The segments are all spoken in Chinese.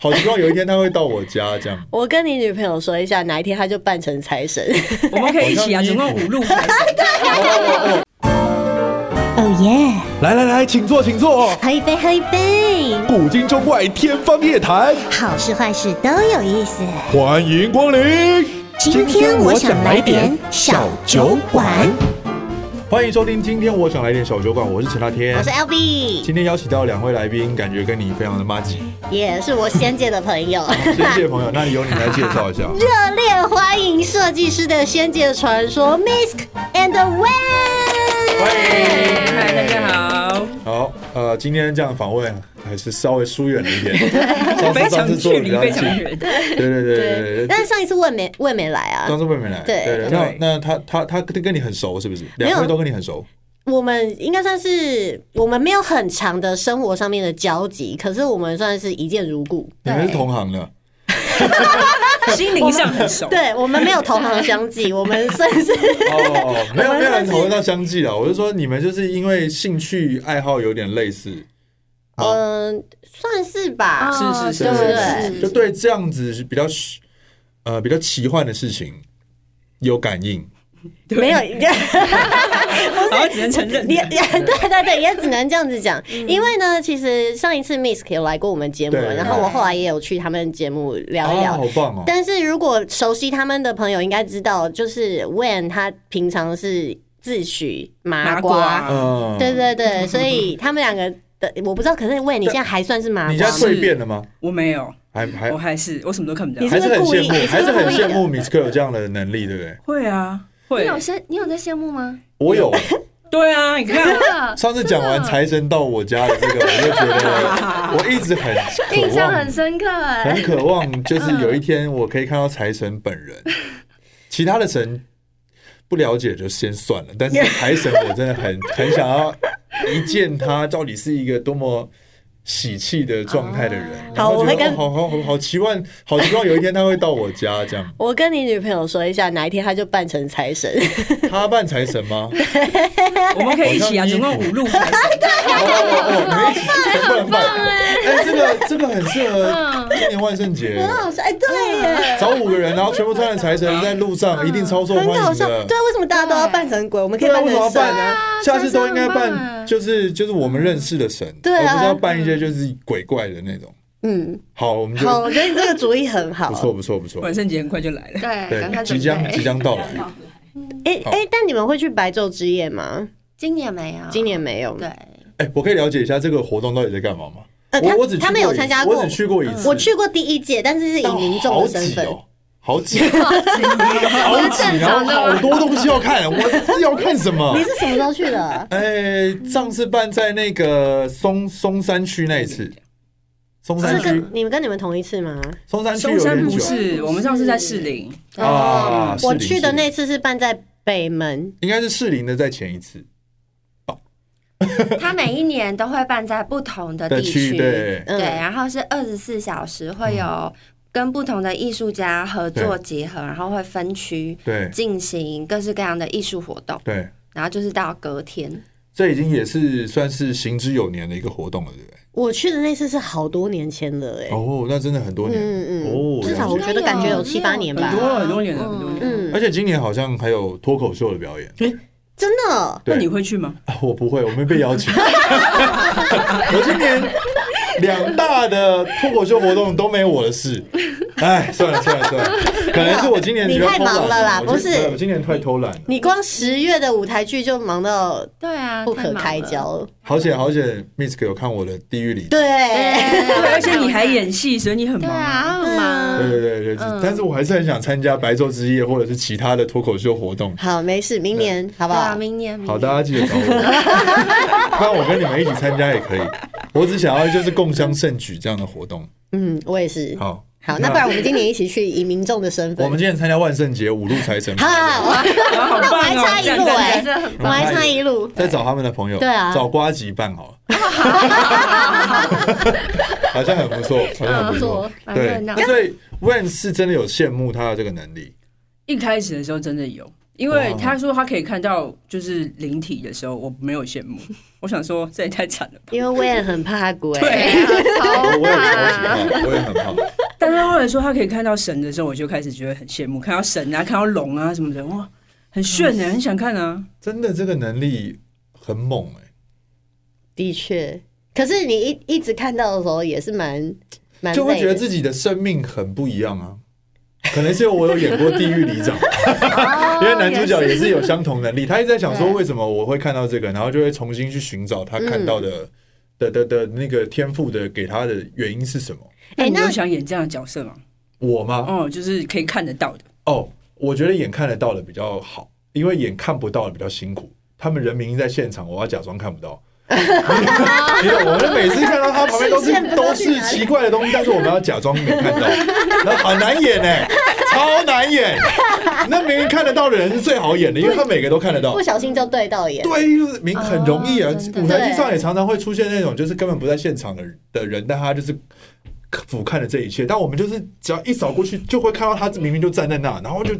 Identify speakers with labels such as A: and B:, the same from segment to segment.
A: 好希望有一天他会到我家这样。
B: 我跟你女朋友说一下，哪一天她就扮成财神。
C: 我们可以一起啊，总共五路财神。
D: 哦耶！
A: 来来来，请坐，请坐。
D: 喝一杯，喝一杯，
A: 古今中外，天方夜谭，
D: 好事坏事都有意思。
A: 欢迎光临。
D: 今天我想来点小酒馆。
A: 欢迎收听，今天我想来点小酒馆，我是陈大天
B: 我。是 LB，
A: 今天邀请到两位来宾，感觉跟你非常的默契。
B: 也是我仙界的朋 友。
A: 先谢朋友，那由你来介绍一 下。
B: 热烈欢迎设计师的仙界传说 Misk and Wen。
A: 欢迎，
C: 嗨，大家。好，
A: 好，呃，今天这样访问还是稍微疏远了一 点，上
C: 非
A: 次上
C: 常
A: 次做
C: 距
A: 的比
C: 离
A: 较
C: 非
A: 近
C: 常。远。
A: 对对对对对
B: 但
A: 对，
B: 是上一次问没问没来啊，
A: 张志伟没来。
B: 对
A: 对，那
C: 对
A: 那他他他跟跟你很熟是不是？
B: 没有
A: 两位都跟你很熟。
B: 我们应该算是我们没有很长的生活上面的交集，可是我们算是一见如故。
A: 你们是同行的，
C: 心灵上很熟。
B: 对我们没有同行相忌，我们算是
A: 哦，没有
B: 我们
A: 没有人
B: 算是
A: 讨论到相继了。我是说，你们就是因为兴趣爱好有点类似，哦，
B: 嗯，算是吧。
C: 是是是
B: 对
C: 是
B: 对
C: 是
A: 就对这样子是比较呃比较奇幻的事情有感应。
C: 对
B: 没有，
C: 然后只能承认。
B: 也也对对对，也只能这样子讲。因为呢，其实上一次 Miss 有来过我们节目了，
A: 对
B: 然后我后来也有去他们节目聊一
A: 啊
B: 聊。
A: 好棒哦！
B: 但是如果熟悉他们的朋友应该知道，就是 When 他平常是自诩麻
C: 麻
B: 瓜，
C: 瓜
A: 嗯，
B: 对对对，所以他们两个的我不知道，可是 When 你现在还算是麻
A: 你
B: 瓜
A: 家
B: 吗？
A: 蜕变了吗？
C: 我没有，
A: 还还
C: 我还是我什么都看不到
B: 你。
A: 还
B: 是
A: 是很
B: 不是故
A: 羡
B: 意
A: 慕，还是很
B: 你是不是
A: 羡
B: 故意
A: 慕米斯克有这样的能力，对不对？
C: 会啊，
E: 你
C: 会。
E: 有羡你有在羡慕吗？
A: 我 有，
C: 对啊，你看，
A: 上次讲完财神到我家的这个，我就觉得我一直很
E: 印
A: 渴
E: 象
A: 望
E: 很，深刻哎、
A: 啊很渴望，就是有一天我可以看到财神本人，其他的神不了解就先算了，但是财神我真的很很想要一见他，到底是一个多么。喜气的状态的人，然后
B: 好我
A: 觉
B: 会
A: 得
B: 跟
A: 哦好好好好期望，好期望有一天他会到我家这样。
B: 我跟你女朋友说一下，哪一天她就扮成财神。
A: 他扮财神吗？
C: 我们可以一起啊，总共五路财神。
A: 哦，你们一起很棒哎！哎，这个这个很适合今年万圣节，
B: 好帅，哎对 耶，
A: 找五个人，然后全部穿着财神在路上，一定超哦受欢
B: 很好
A: 迎
B: 笑。
A: 的
B: 对。啊，为什么大家都要扮成鬼？我们可以
A: 对啊，
B: 扮
A: 为什么要
B: 成
A: 办
B: 神
A: 呢
B: 啊。？
A: 下次都应该
E: 对啊神
A: 办，
E: 啊
A: 就是就是我们认识的神，
B: 对啊
A: 而不是要办一些就是鬼怪的那种。
B: 嗯，
A: 好，我们就
B: 好，我觉得你这个主意很好。
A: 不错不错不错
C: 万，圣节很快就来了。
E: 对，赶
A: 对，
E: 快
A: 即将即
E: 准备。
A: 将到来。
B: 哎哎，但你们会去白昼之夜吗？
E: 今年没有，
B: 今年没有。
E: 对，
A: 哎，我可以了解一下这个活动到底在干嘛吗？
B: 呃，他
A: 我我只去
B: 他们
A: 过
B: 有
A: 一
B: 参加
A: 我
B: 过，
A: 只去过一次，
B: 我去过第一届，但是是以
A: 但
B: 民众
A: 好
B: 的身
A: 挤
B: 份。
A: 哦，好 挤，好挤，
E: 正
A: 然后
E: 常的吗
A: 好多东西要看，我是要看什么？
B: 你？是什么时候去 的
A: 哎，上次办在那个松松山区那一次，松山
B: 是
A: 区
B: 跟，你们跟你们同一次吗？
A: 松山区
C: 松
A: 有
C: 山
A: 点
C: 不
A: 久
C: 是，我们上次在士林，
A: 啊。士
B: 哦我
A: 林
B: 去的
A: 士林
B: 那次是办在北门。
A: 应该是士林的在前一次
E: 他每一年都会办在不同的
A: 的
E: 地
A: 区，
E: 区，
A: 对，嗯
B: 嗯
E: 对，然后是二十四小时会有跟不同的艺术家合作结合，然后会分区
A: 对
E: 进行各式各样的艺术活动，
A: 对，
E: 然后就是到隔天，
A: 这已经也是算是行之有年的一个活动了，对不对？
B: 我去的那次是好多年前了，哎，
A: 哦，那真的很多年，
B: 嗯
A: 哦
B: 嗯，，至少
A: 了
B: 我
A: 解
B: 觉得感觉有七八年
C: 很
B: 吧。
C: 多很多年了，很多年了。
B: 嗯
A: 而，且今年好像还有脱口秀的表演，
B: 真的，
C: 那
A: 对
C: 你会去吗？
A: 啊我不会，我没被邀请。 我今年两大的脱口秀活动都没我的事，哎，算了算了算了，可能是我今年比较偷懒
B: 你太忙了啦
A: 我今
B: 不是
A: 对我今年太偷懒了。
B: 你光十月的舞台剧就忙到
E: 对啊，
B: 不可开
E: 太忙了。
B: 交了。
A: 好险好险，Misk 有看我的《地狱里》。
B: 对，
E: 对
C: 对，而且你还演戏，所以你很
E: 对
C: 忙
E: 啊，很忙。
A: 对对对对，
B: 嗯
A: 但是我还是很想参加白昼之夜或者是其他的脱口秀活动。
B: 好，没事，明年好不
E: 对啊，
B: 好？
E: 明年明
A: 好，
E: 年
A: 大家记得找我，不 然我跟你们一起参加也可以。我只想要就是共襄盛举这样的活动。
B: 嗯，我也是。
A: 好，
B: 好，那不然我们今年一起去，以民众的身份。
A: 我们今天参加万圣节五路财神，
B: 好好，好
C: 啊好
B: 我
C: 棒
B: 还
C: 哦！
B: 差一
C: 赞
B: 路
C: 赞
B: 哎
C: 赞
E: 真的很
B: 我们还差一路。
A: 再找他们的朋友，
B: 对啊
A: 找瓜吉办好 了，好像很不错，好像很不错，
E: 嗯
A: 对
E: 蛮热。闹
A: 那所以 Wen 是真的有羡慕他的这个能力，
C: 一开始的时候真的有，因为他说他可以看到就是灵体的时候，我没有 羡慕，我想说这也太惨了吧。
B: 因为我也很怕鬼，
C: 对，
E: 超
A: 我也很好，我也很好。
C: 但他后来说他可以看到神的时候，我就开始觉得很羡慕，看到神啊，看到龙啊什么的，哇，很炫呢、很想看啊。
A: 真的这个能力很猛哎、
B: 的确。可是你一一直看到的时候，也是蛮蛮
A: 就会觉得
B: 己
A: 自己的生命很不一样啊。可能是因为我有演过《地狱里长》， 因为男主角哦也是有相同能力，他一直在想说为什么我会看到这个，然后就会重新去寻找他看到的、的的的那个天赋的给他的原因是什么。
B: 哎
C: 哎、你
B: 那
C: 有想演这样的角色吗？
A: 我吗？
C: 哦，就是可以看得到的。
A: 哦，我觉得眼看得到的比较好，因为眼看不到的比较辛苦。他们人明明在现场，我要假装看不到。你懂，我们每次看到他旁边都
B: 视线
A: 是
B: 不知
A: 都
B: 道去
A: 是
B: 哪里
A: 奇怪的东西，但是我们要假装没看到，那很难演哎、超难演。那明明看得到的人是最好演的，因为他每个都看得到
B: 不。小心就对到眼，
A: 对，就是明很容易啊。
E: 哦真的
A: 舞台剧上也常常会出现那种就是根本不在现场的的人，但他就是俯瞰了这一切。但我们就是只要一扫过去，就会看到他明明就站在那，然后就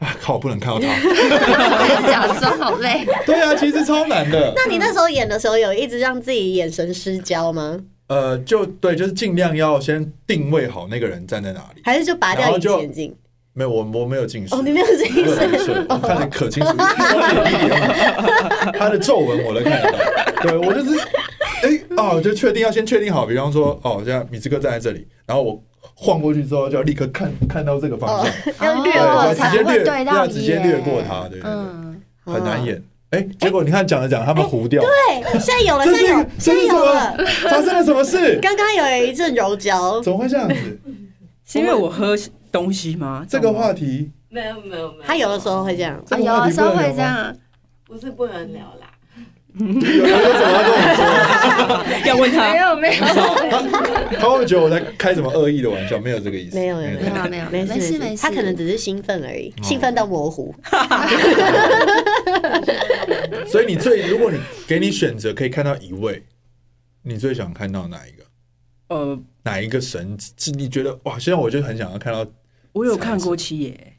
A: 啊靠，我不能看到他。
E: 假装好 累。
A: 对啊，其实超难的。
B: 那你那时候演的时候，有一直让自己眼神失焦吗？
A: 呃，就对，就是尽量要先定位好那个人站在哪里。
B: 还是就拔
A: 然
B: 掉
A: 后
B: 隐
A: 就
B: 形眼镜？
A: 没有，我我没有近视。
B: 哦，你没有这
A: 没
B: 意
A: 有近
B: 思。
A: 视，我看得可清楚，他的皱纹我都看得到。对我就是，哎、哦，就确定要先确定好，比方说，哦，现在米兹哥站在这里，然后我晃过去之后，就要立刻看看到这个方向，
B: 要略
A: 对，
B: 过
A: 要
E: 哦
A: 直
E: 才
A: 接
E: 会
A: 略，
E: 对到
A: 要直接
E: 眼
A: 略过他，对对对，
E: 嗯，
B: 哦
A: 很
B: 啊
A: 难演。哎、结果你看讲着讲，他们糊掉，
B: 对，现在有了，
A: 这
B: 现在
A: 是这是什
B: 有，现在有
A: 么
B: 了。？
A: 发生了什么 事？
B: 刚刚有一阵柔焦，
A: 怎么会这样子？
C: 是因为我喝东西吗？
A: 这个
C: 懂吗
A: 话题，
F: 没有没有没有，
B: 他有的时候会这样。
A: 这
E: 啊，
A: 个
E: 有
A: 话
E: 的
A: 题
E: 时
A: 不能
E: 候
B: 哎
A: 聊吗
E: 会这，样，
F: 不是不能聊啦。
A: 有有有怎么要跟我说？
C: 要问他
E: 没。有没有
A: 他会不会觉得我在开什么恶意的玩笑？没有这个意思，
B: 没有没有
E: 没有没
B: 没
E: 有，
B: 事
E: 没事没事，
B: 他可能只是兴奋而已，
A: 哦
B: 兴奋到模糊。
A: 所以你最，如果你给你选择，可以看到一位，你最想看到哪一个？
C: 呃，
A: 哪一个神？是你觉得哇，现在我就很想要看到
C: 我有看过七爷，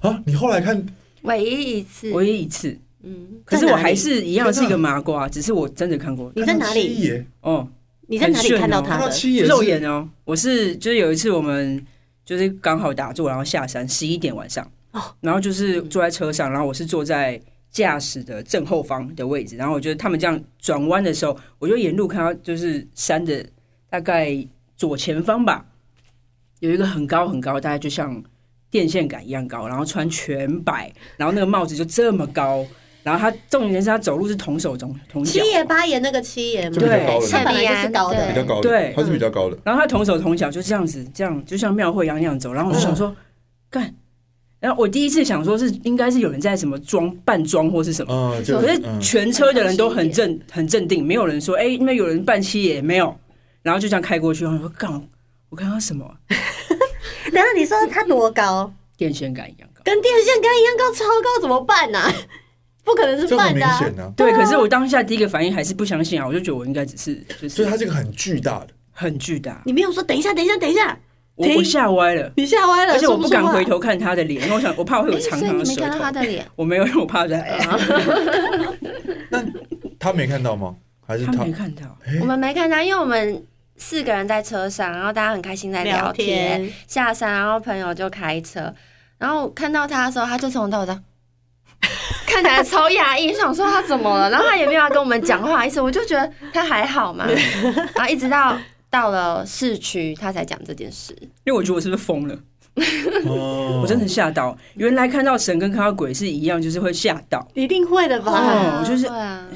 A: 啊！你后来看
E: 唯一一次，
C: 唯一一次，
E: 嗯，
C: 可是
B: 在
C: 我
B: 哪里
C: 啊还是一样是一个麻瓜，只是我真的看过。
B: 你在哪
A: 看到七
B: 里？
A: 爷，
C: 哦，
B: 你在哪里
C: 很炫
B: 看到
C: 哦
B: 他
A: 看到
B: 的？
A: 七爷是
C: 肉眼哦，我是就是有一次我们就是刚好打坐，然后下山十一点晚上，
B: 哦
C: 然后就是坐在车上，然后我是坐在驾驶的正后方的位置，然后我觉得他们这样转弯的时候，我就沿路看到就是山的大概左前方吧，有一个很高很高，大概就像电线杆一样高，然后穿全白，然后那个帽子就这么高。然后他重点是他走路是同手同同脚
B: 七，爷八爷那个七爷吗
A: 就？比较高的
B: 他
A: 那
B: 本
A: 个，
B: 来就是高
E: 对
A: 比
B: 的，
A: 较高的，
C: 对
A: 他是比较高的。
C: 然后他同手同脚就这样子，这样就像庙会一样那样走。然后我就
A: 嗯
C: 想说，干、然后我第一次想说是应该是有人在什么装扮装或是什么，
A: 嗯，就
C: 可是
A: 嗯
C: 全车的人都很镇很镇定，没有人说哎、因为有人扮七爷没有。然后就这样开过去，然后我说干，我我看到什么啊
B: 然后你说他多高？
C: 电线杆一样高。
B: 跟电线杆一样高，超高怎么办呢？ 不可能是
A: 这很
B: 半
A: 明
B: 的啊。
A: 显呢，
C: 对，可是我当下第一个反应还是不相信啊，我就觉得我应该只是就
A: 所以
C: 是
A: 他这个很巨大的，
C: 很巨大，
B: 你没有说等一下，等一下，等一下，
C: 我我吓歪了，
B: 你吓歪了，
C: 而且我不敢
B: 说
C: 回
B: 话。
C: 头看他的脸，因为我想我怕会有
E: 哎，
C: 长
E: 所以
C: 长
E: 你
C: 的
E: 没
C: 舌
E: 看到
C: 头
E: 他，的 脸，
C: 我没有，我怕啊在，
A: 他没看到吗？还是
C: 他
A: 他
C: 没看到。
E: 我们没看到，因为我们四个人在车上，然后大家很开心在
B: 聊
E: 聊天，
B: 天，
E: 下山，然后朋友就开车，然后看到他的时候，他就从头到尾这样 看起来超压抑，想说他怎么了，然后他也没有要跟我们讲话意思，我就觉得他还好嘛，然后一直到到了市区，他才讲这件事，
C: 因为我觉得我是不是疯了？
A: 我哦
C: 我真的很吓到，原来看到神跟看到鬼是一样，就是会吓到。
B: 一定会的吧？
C: 哦就是
E: 对啊，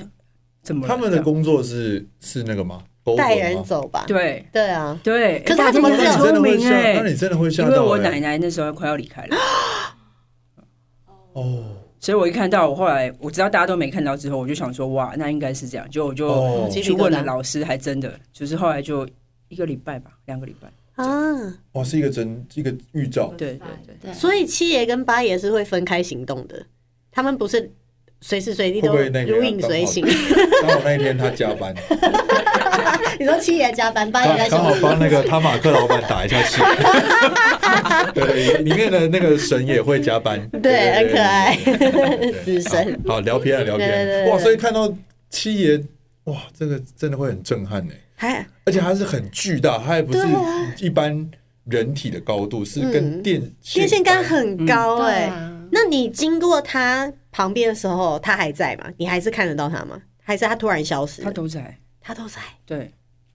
C: 怎么了
A: 他们的工作是是那个吗？勾
B: 带
A: 魂
B: 人
A: 吗
B: 走吧。
C: 对
B: 对啊，
C: 对，
B: 可是他怎么
C: 欸
B: 知道
C: 很
A: 那你真的
C: 聪
A: 会
C: 明
A: 吓，
C: 哎、
A: 那你真的会吓
C: 因
A: 到、欸？
C: 为我奶奶那时候快要离开了，
A: 哦
C: 所以我一看到，我后来我知道大家都没看到之后，我就想说哇，那应该是这样，就我就
A: 哦
B: 其实
C: 去问了老师，还真的就是后来就一个礼拜吧，两个礼拜，
B: 啊，
A: 哇，是一个真一个预兆，
C: 对对对，
E: 对，
B: 所以七爷跟八爷是会分开行动的，他们不是随时随地都
A: 会不会那个
B: 如影随形，
A: 刚好那一天他加班，
B: 你说七爷加班，八
A: 刚
B: 爷在
A: 刚好
B: 休息。
A: 帮那个汤马克老板打一下 气。对，里面的那个神也会加班，
B: 对，很可爱，
A: 对
B: 死神。
A: 好，聊偏了，聊
B: 对对对
A: 偏
B: 对
A: 了。哇，所以看到七爷，哇，这个真的会很震撼呢。欸
B: 还
A: 而且它是很巨大，它还不是
B: 对啊
A: 一般人体的高度，是
B: 嗯
A: 跟电
B: 电线杆很
C: 嗯
B: 高
E: 对
B: 哎、
E: 啊，
B: 那你经过他旁边的时候，他还在吗？你还是看得到他吗？还是他突然消失了？
C: 他都在，
B: 他都在。
C: 对，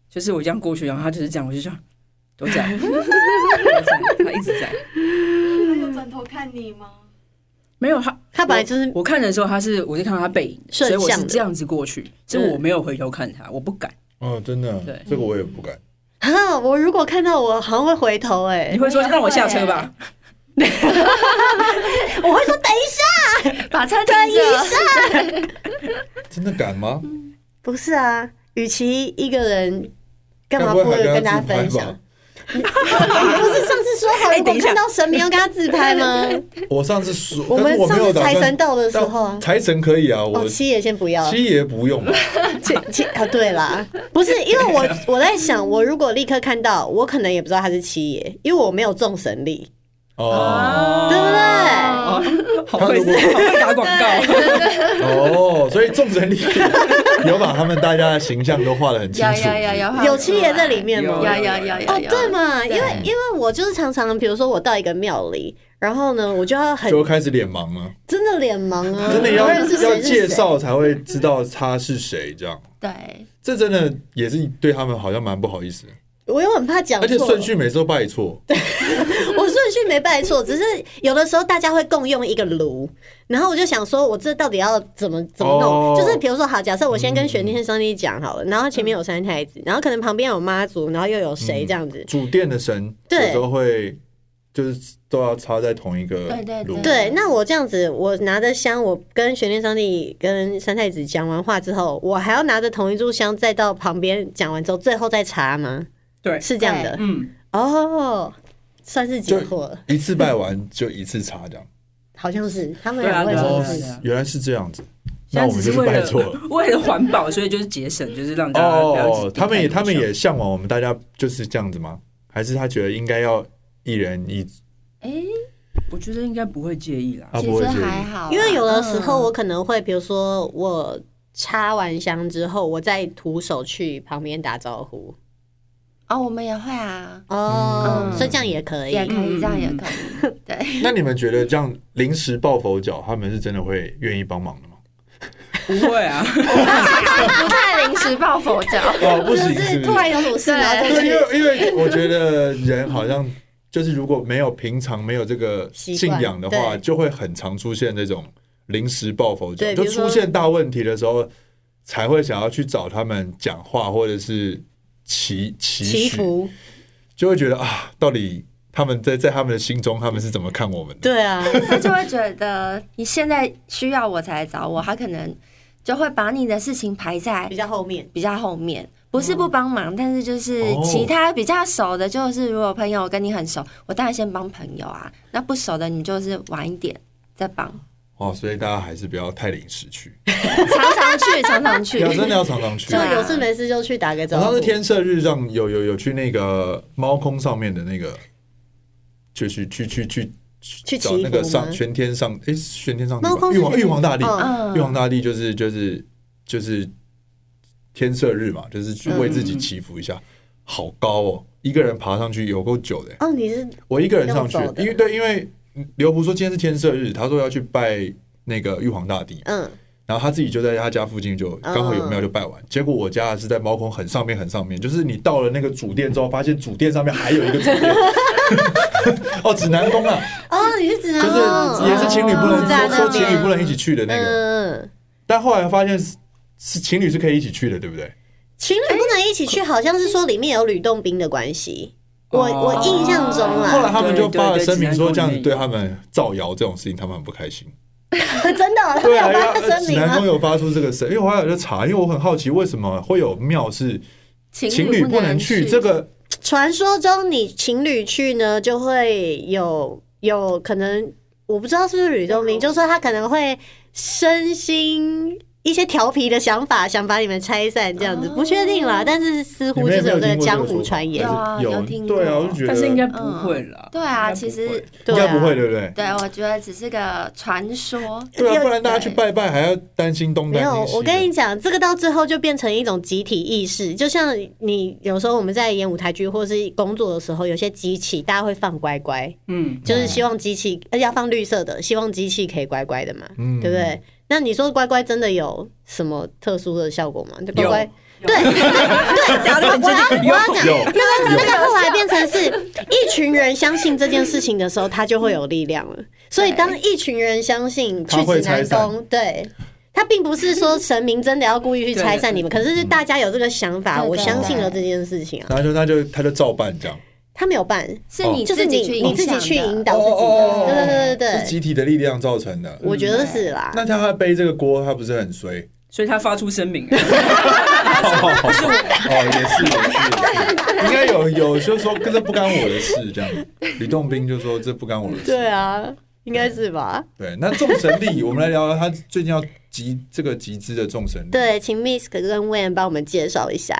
C: 就是我这样过去，然后他就是这样，我就这样都在，都在他一直在。
F: 他有转头看你吗？
C: 没有他，
B: 他本来就是
C: 我看的时候，他是我是看到他背影的，
B: 顺
C: 所以我
B: 向
C: 是
B: 的
C: 这样子过去，所以我没有回头看他，我不敢。
A: 哦，真的
C: 对，
A: 这个我也不敢。
B: 啊，我如果看到我，好像会回头哎、
C: 你会说让我下车吧？
B: 我会说等一下。
E: 把车 停着。
A: 真的敢吗？
B: 不是啊，与其一个人，干
A: 该
B: 嘛
A: 不会
B: 不
A: 还
B: 如跟
A: 跟
B: 大家
A: 他自拍
B: 分享
A: 吧？？
B: 不是上次说好，
C: 哎
B: 如果
C: 等一下
B: 看到神明要跟他自 拍吗？
A: 我上次说，
B: 我
A: 但
B: 们
A: 是我没
B: 上次
A: 有打
B: 财
A: 算
B: 神到的时候啊
A: 但，财神可以啊，我
B: 哦，七爷先不要，
A: 七爷不用吧，
B: 七七啊，对啦，不是因为 我我在想，我如果立刻看到，我可能也不知道他是七爷，因为我没有众神力，
C: 啊
A: 哦
B: 对不对？
E: 哦
C: 好会
A: 他如果
C: 好会打广告，
A: 哦，所以众神力有把他们大家的形象都画的很清
E: 有
A: 楚。
E: 有有有，
B: 有七爷在里面吗
E: 有有有有
B: 哦，
E: 有，
B: 对嘛，因
E: 对
B: 为因为我就是常常，比如说我到一个庙里，然后呢，我就要很
A: 就开始脸盲了，
B: 真的脸盲啊，
A: 真的
B: 不
A: 要
B: 认识谁
A: 要
B: 是
A: 介，
B: 谁
A: 绍才会知道他是谁，这样
E: 对，
A: 这真的也是对他们好像蛮不好意思的。
B: 我又很怕讲
A: 而且
B: 错，
A: 顺序每次都拜错，
B: 我顺序没拜错，只是有的时候大家会共用一个炉，然后我就想说，我这到底要怎么怎么弄？
A: 哦
B: 就是比如说，好，假设我先跟玄天上帝讲好了，然后前面有三太子，然后可能旁边有妈祖，然后又有谁这样子。
A: 主殿的神有
B: 对
A: 时候会就是都要插在同一个
E: 对对
A: 炉
E: 对
B: 对，那我这样子，我拿着香，我跟玄天上帝、跟三太子讲完话之后，我还要拿着同一炷香，再到旁边讲完之后，最后再查吗？
C: 对，
B: 是这样的
C: 嗯，
B: 哦，算是解
A: 就
B: 惑了，
A: 一次拜完就一次插这样。哦
B: 好像是他们
C: 对啊
B: 两位
C: 对啊
B: 说
C: 对啊
B: 是
C: 对啊
A: 原来是这样子，那
C: 现在
A: 我们
C: 只
A: 就是
C: 为
A: 拜错了。
C: 了 为了环保，所以就是节省，就是让大家不要一
A: 哦
C: 直，
A: 他们也
C: 盯太
A: 他
C: 多
A: 们
C: 项
A: 也向往我们大家就是这样子吗？还是他觉得应该要一人一
E: 哎，
C: 我觉得应该不会介意啦。
A: 他不
E: 其
A: 会
E: 实
A: 介
E: 还
A: 意？
E: 好啦，
B: 因为有的时候
E: 嗯
B: 我可能会，比如说我插完香之后，我再徒手去旁边打招呼
E: 哦，我们也会啊，
B: 哦，
E: 嗯
B: 所以这样也可以
E: 也可以，
C: 嗯
E: 这样也可以，对，
A: 那你们觉得这样临时抱佛脚，他们是真的会愿意帮忙 的吗？
C: 不会啊，
E: 不太临时抱佛脚，
A: 哦，不
B: 就
A: 行，是
B: 是
A: 不
B: 突
A: 是？
B: 然有什么事，
E: 对
B: 然后就
A: 对，因
B: 去
A: 为因为我觉得人好像就是如果没有平常没有这个
B: 习惯
A: 信仰的话，
B: 对
A: 就会很常出现这种临时抱佛脚，
B: 对
A: 就
B: 比如说
A: 出现大问题的时候才会想要去找他们讲话，或者是祈祈
B: 祈
A: 许
B: 福。
A: 就会觉得啊，到底他们在在他们的心中，他们是怎么看我们的？
B: 对 啊，
E: 他就会觉得你现在需要我才来找我，他可能就会把你的事情排在
B: 比较后面。
E: 比较后面。不是不帮忙，但是就是
A: 哦
E: 其他比较熟的，就是如果朋友跟你很熟，我当然先帮朋友啊。那不熟的，你就是晚一点再帮，
A: 哦，所以大家还是不要太临时去，
E: 常常去， 常常去。
A: 要真的要常常 去
B: 就
E: 对。啊
B: 有事没事就去打个
A: 我
B: 招
A: 上
B: 呼
A: 次。天赦日上有有有去那个猫空上面的那个，就去去去去
B: 去
A: 找那
B: 祈
A: 个
B: 福吗
A: 上玄天上诶，玄天上帝吧
B: 猫空
A: 玉
B: 是
A: 皇玉皇大帝，
B: 嗯
E: 嗯
A: 玉皇大帝就是就是就是天赦日嘛，就是去为
B: 嗯
A: 自己祈福一下，好高哦，一个人爬上去有够久的、
B: 哦，你是
A: 我一个人上去
B: 用走，的
A: 因为对，因为刘伯说今天是天赦日，他说要去拜那个玉皇大帝，
B: 嗯，
A: 然后他自己就在他家附近就刚好有庙就拜完。结果我家是在猫空很上面很上面，就是你到了那个主殿之后，发现主殿上面还有一个主 殿。哦，指南宫啊，
B: 哦，你是指南
A: 就是也是情侣不能
B: 哦在
A: 说说
B: 那边
A: 情侣不能一起去的那个，
B: 嗯，
A: 但后来发现是是情侣是可以一起去的，对不对？
B: 情侣不能一起
A: 哎
B: 去，好像是说里面有吕洞宾的关系。我我
C: 哦
B: 印象中啊
A: 后来
B: 啦，
A: 他们就发了声明说
C: 对对对
A: 这样子对他们造谣这种事情，他们很不开心。
B: 真 的哦，他
A: 对
B: 们
A: 啊，
B: 有发
A: 因为
B: 声
A: 指
B: 明
A: 南宫
B: 吗？
A: 有发出这个声，因为我后来有就查，因为我很好奇为什么会有庙是情侣
E: 不
A: 能
E: 去，
A: 这个
B: 传说中你情侣去呢，就会有有可能，我不知道是不是吕洞宾，就说他可能会身心一些调皮的想法，想把你们拆散这样子，
E: 哦
B: 不确定啦。但是似
A: 你
B: 乎
A: 们
B: 就
A: 有
B: 是
A: 没有
B: 这
A: 听过
B: 个
A: 这
B: 江
A: 个
B: 湖
A: 说法
B: 传言
E: 有，啊
A: 有
E: 有听
A: 对啊，
E: 过
A: 我 就觉得
C: 但是应该不会啦。
E: 对啊，
C: 应该不会
E: 其实
A: 应
B: 对
A: 该
B: 啊
A: 不会，对不对？
E: 对我觉得只是个传说。
A: 对啊，
B: 有
A: 不然大家去拜拜还要担心东
B: 没
A: 担
B: 有
A: 心，西。
B: 我跟你讲，这个到最后就变成一种集体意识，就像你有时候我们在演舞台剧或是工作的时候，有些机器大家会放乖乖，
C: 嗯，
B: 就是希望机器，而且要放绿色的，希望机器可以乖乖的嘛，
A: 嗯
B: 对不对？那你说乖乖真的有什么特殊的效果吗？就乖乖，
F: 啊
C: 打的很真
B: 我要讲那个那个后来变成是一群人相信这件事情的时候，它就会有力量了。所以当一群人相信去
A: 它会
B: 指南
A: 拆散
B: 宫，对。它并不是说神明真的要故意去拆散你们，
A: 嗯
B: 可是是大家有这个想法，
E: 对对
B: 我相信了这件事情啊。
A: 然后就他就他就照办这样，
B: 他没有办，
E: 是
A: 哦
E: 你
B: 就是
E: 自己
B: 你
E: 去
B: 你自己
E: 影响
B: 去
E: 的
B: 引导自己
A: 哦哦哦哦
B: 的，对对对对
A: 是
B: 对，
A: 集体的力量造成的。
B: 我觉得是啦。
A: 那他他背这个锅，他不是很衰？
C: 所以他发出声明，
A: 哦，也是也是，应该有有就说这不干我的事这样。吕洞宾就说这不干 我的事。
B: 对啊，应该是吧？
A: 对，那众神力，我们来聊聊他最近要集这个集资的众神力。，
B: 对，请 Miss 跟 Wayne 帮我们介绍一下。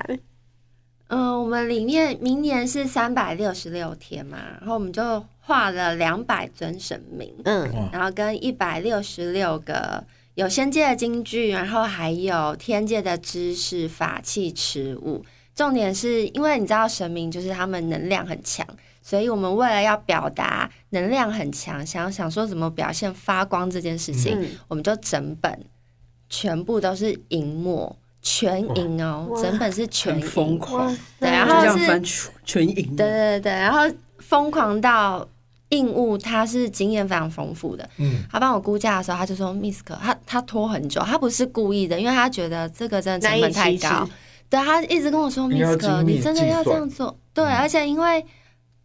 E: 嗯，我们里面明年是三百六十六天嘛，然后我们就画了两百尊神明，
B: 嗯，
E: 然后跟一百六十六个有仙界的京剧，然后还有天界的知识、法器、持物。重点是因为你知道神明就是他们能量很强，所以我们为了要表达能量很强，想要想说怎么表现发光这件事情，
B: 嗯
E: 我们就整本全部都是银墨。全银哦，
B: 哇
E: 整本是全
C: 很
E: 银，
C: 疯狂，
E: 对，然
C: 就
E: 后
C: 这样
E: 是
C: 翻全全赢。
E: 对对对，然后疯狂到印物，他是经验非常丰富的。
A: 嗯，
E: 他帮我估价的时候，他就说 Misk，他他拖很久，他不是故意的，因为他觉得这个真的成本太
B: 难以启
E: 高
B: 齿。
E: 对，他一直跟我说
A: 应该要
E: Misk，
A: 精密
E: 你真的
A: 计
E: 要这
A: 算嗯
E: 样做？对，而且因为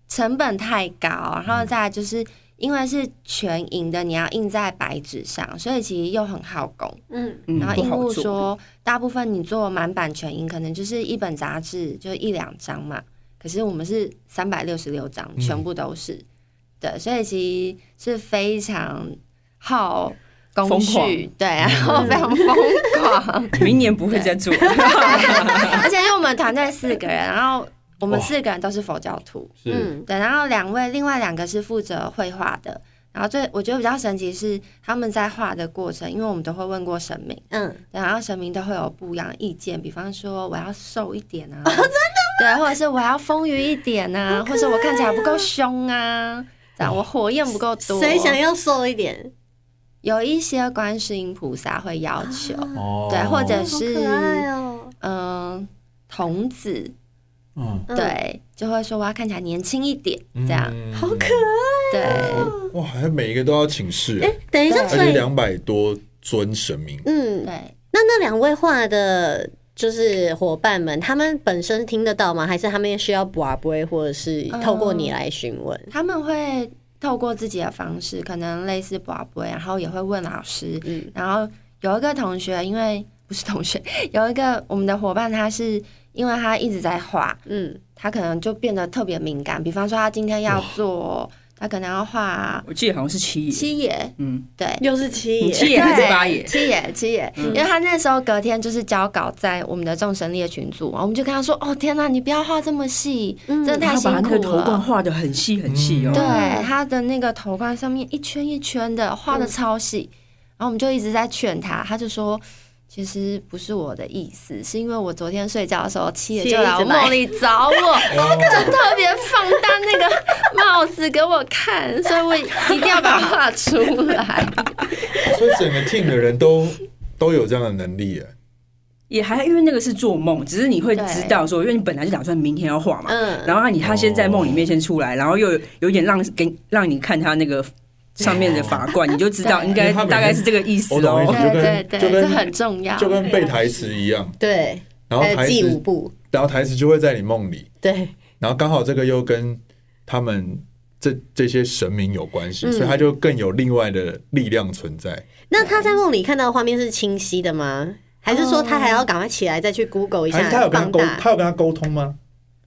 E: 成本太高，然后再来就是因为是全银的，你要印在白纸上，所以其实又很耗工。
B: 嗯，
C: 嗯，
E: 然后
C: 不
E: 英
C: 好
E: 物
C: 做，
E: 说，大部分你做满版全英，可能就是一本杂志就一两张嘛。可是我们是三百六十六张，
A: 嗯
E: 全部都是、对，所以其实是非常耗工
C: 疯狂嗯
E: 序，对，然后非常疯 狂。
C: 明年不会再做。
E: 而且因为我们团队四个人，然后我们
A: 哇
E: 四个人都是佛教徒，
A: 是
B: 嗯，
E: 对，然后两位，另外两个是负责绘画的。然后最我觉得比较神奇是他们在画的过程，因为我们都会问过神明。
B: 嗯，
E: 对然后神明都会有不一样的意见，比方说我要瘦一点
B: 哦
E: 啊，真的对，或者是我要丰腴一点啊，或者我看起来不够凶啊，这样我火焰不够多。
B: 哎谁想要瘦一点？
E: 有一些观世音菩萨会要求，
B: 啊
A: 哦
E: 对，或者
B: 哦好
E: 是
B: 可爱
E: 嗯、
B: 哦
E: 童子，
A: 嗯，
B: 嗯
E: 对，就会说我要看起来年轻一点，这样，
A: 好可
E: 对，
B: 哦
A: 哇，还每一个都要请示，啊
B: 哎，等一下，
E: 对
A: 而
B: 所
A: 且
B: 以
A: 两百多尊神明，
B: 嗯，
E: 对。
B: 那那两位画的，就是伙伴们，他们本身听得到吗？还是他们需要卜龟，或者是透过你来询问？
E: 他们会透过自己的方式，可能类似卜卜，然后也会问老师。
B: 嗯
E: 然后有一个同学，因为不是同学， 有一个我们的伙伴，他是因为他一直在画，
B: 嗯，
E: 他可能就变得特别敏感。比方说，他今天要做，他可能要画
C: 我记得好像是七爷，
E: 七爷，
C: 嗯，
E: 对。
B: 又是七爷，
C: 七爷
E: 啊
C: 还是八爷？
E: 七爷，七爷，因为他那时候隔天就是交稿在我们的众神猎群组，我们就跟他说：“哦，天哪，你不要画这么细，
B: 嗯
E: 真的
C: 他
E: 太辛
C: 把他那
E: 苦
C: 个头冠
E: 了。”嗯
C: 画的很细很
A: 嗯
C: 细哦。
E: 对，他的那个头冠上面一圈一圈的画
A: 嗯
E: 的超细，然后我们就一直在劝他，他就说。其实不是我的意思，是因为我昨天睡觉的时候，七爷
B: 七爷
E: 就来
B: 一直
E: 我
B: 来
E: 梦里找我，
A: 哎
E: 就特别放大那个帽子给我看，所以我一定要把它画出 来。
A: 所以整个 team 的人 都都有这样的能力耶，
C: 也还因为那个是做梦，只是你会
E: 对
C: 知道说，因为你本来就打算明天要画嘛，
B: 嗯
C: 然后你他先在梦里面先出来，然后又有有点让给让你看他那个上面的法冠，你就知道
E: 对
C: 应该
A: 因为他每天
C: 大概是这个意思
A: 我懂
C: 哦
A: 意。就跟
E: 对对
A: 就
E: 对，
A: 跟
E: 这很重要。
A: 就跟背台词一样，
B: 对，
A: 然后
B: 还有
A: 台
B: 记舞
A: 词，
B: 步，
A: 然后台词就会在你梦里，
B: 对，
A: 然后刚好这个又跟他们这这些神明有关系，
B: 嗯
A: 所以他就更有另外的力量存在。
B: 那他在梦里看到的画面是清晰的吗？还是说他还要赶快起来再去 Google 一
A: 还
B: 下
A: 是他有跟他
B: 放
A: 沟，
B: 大？
A: 他有跟他沟通吗？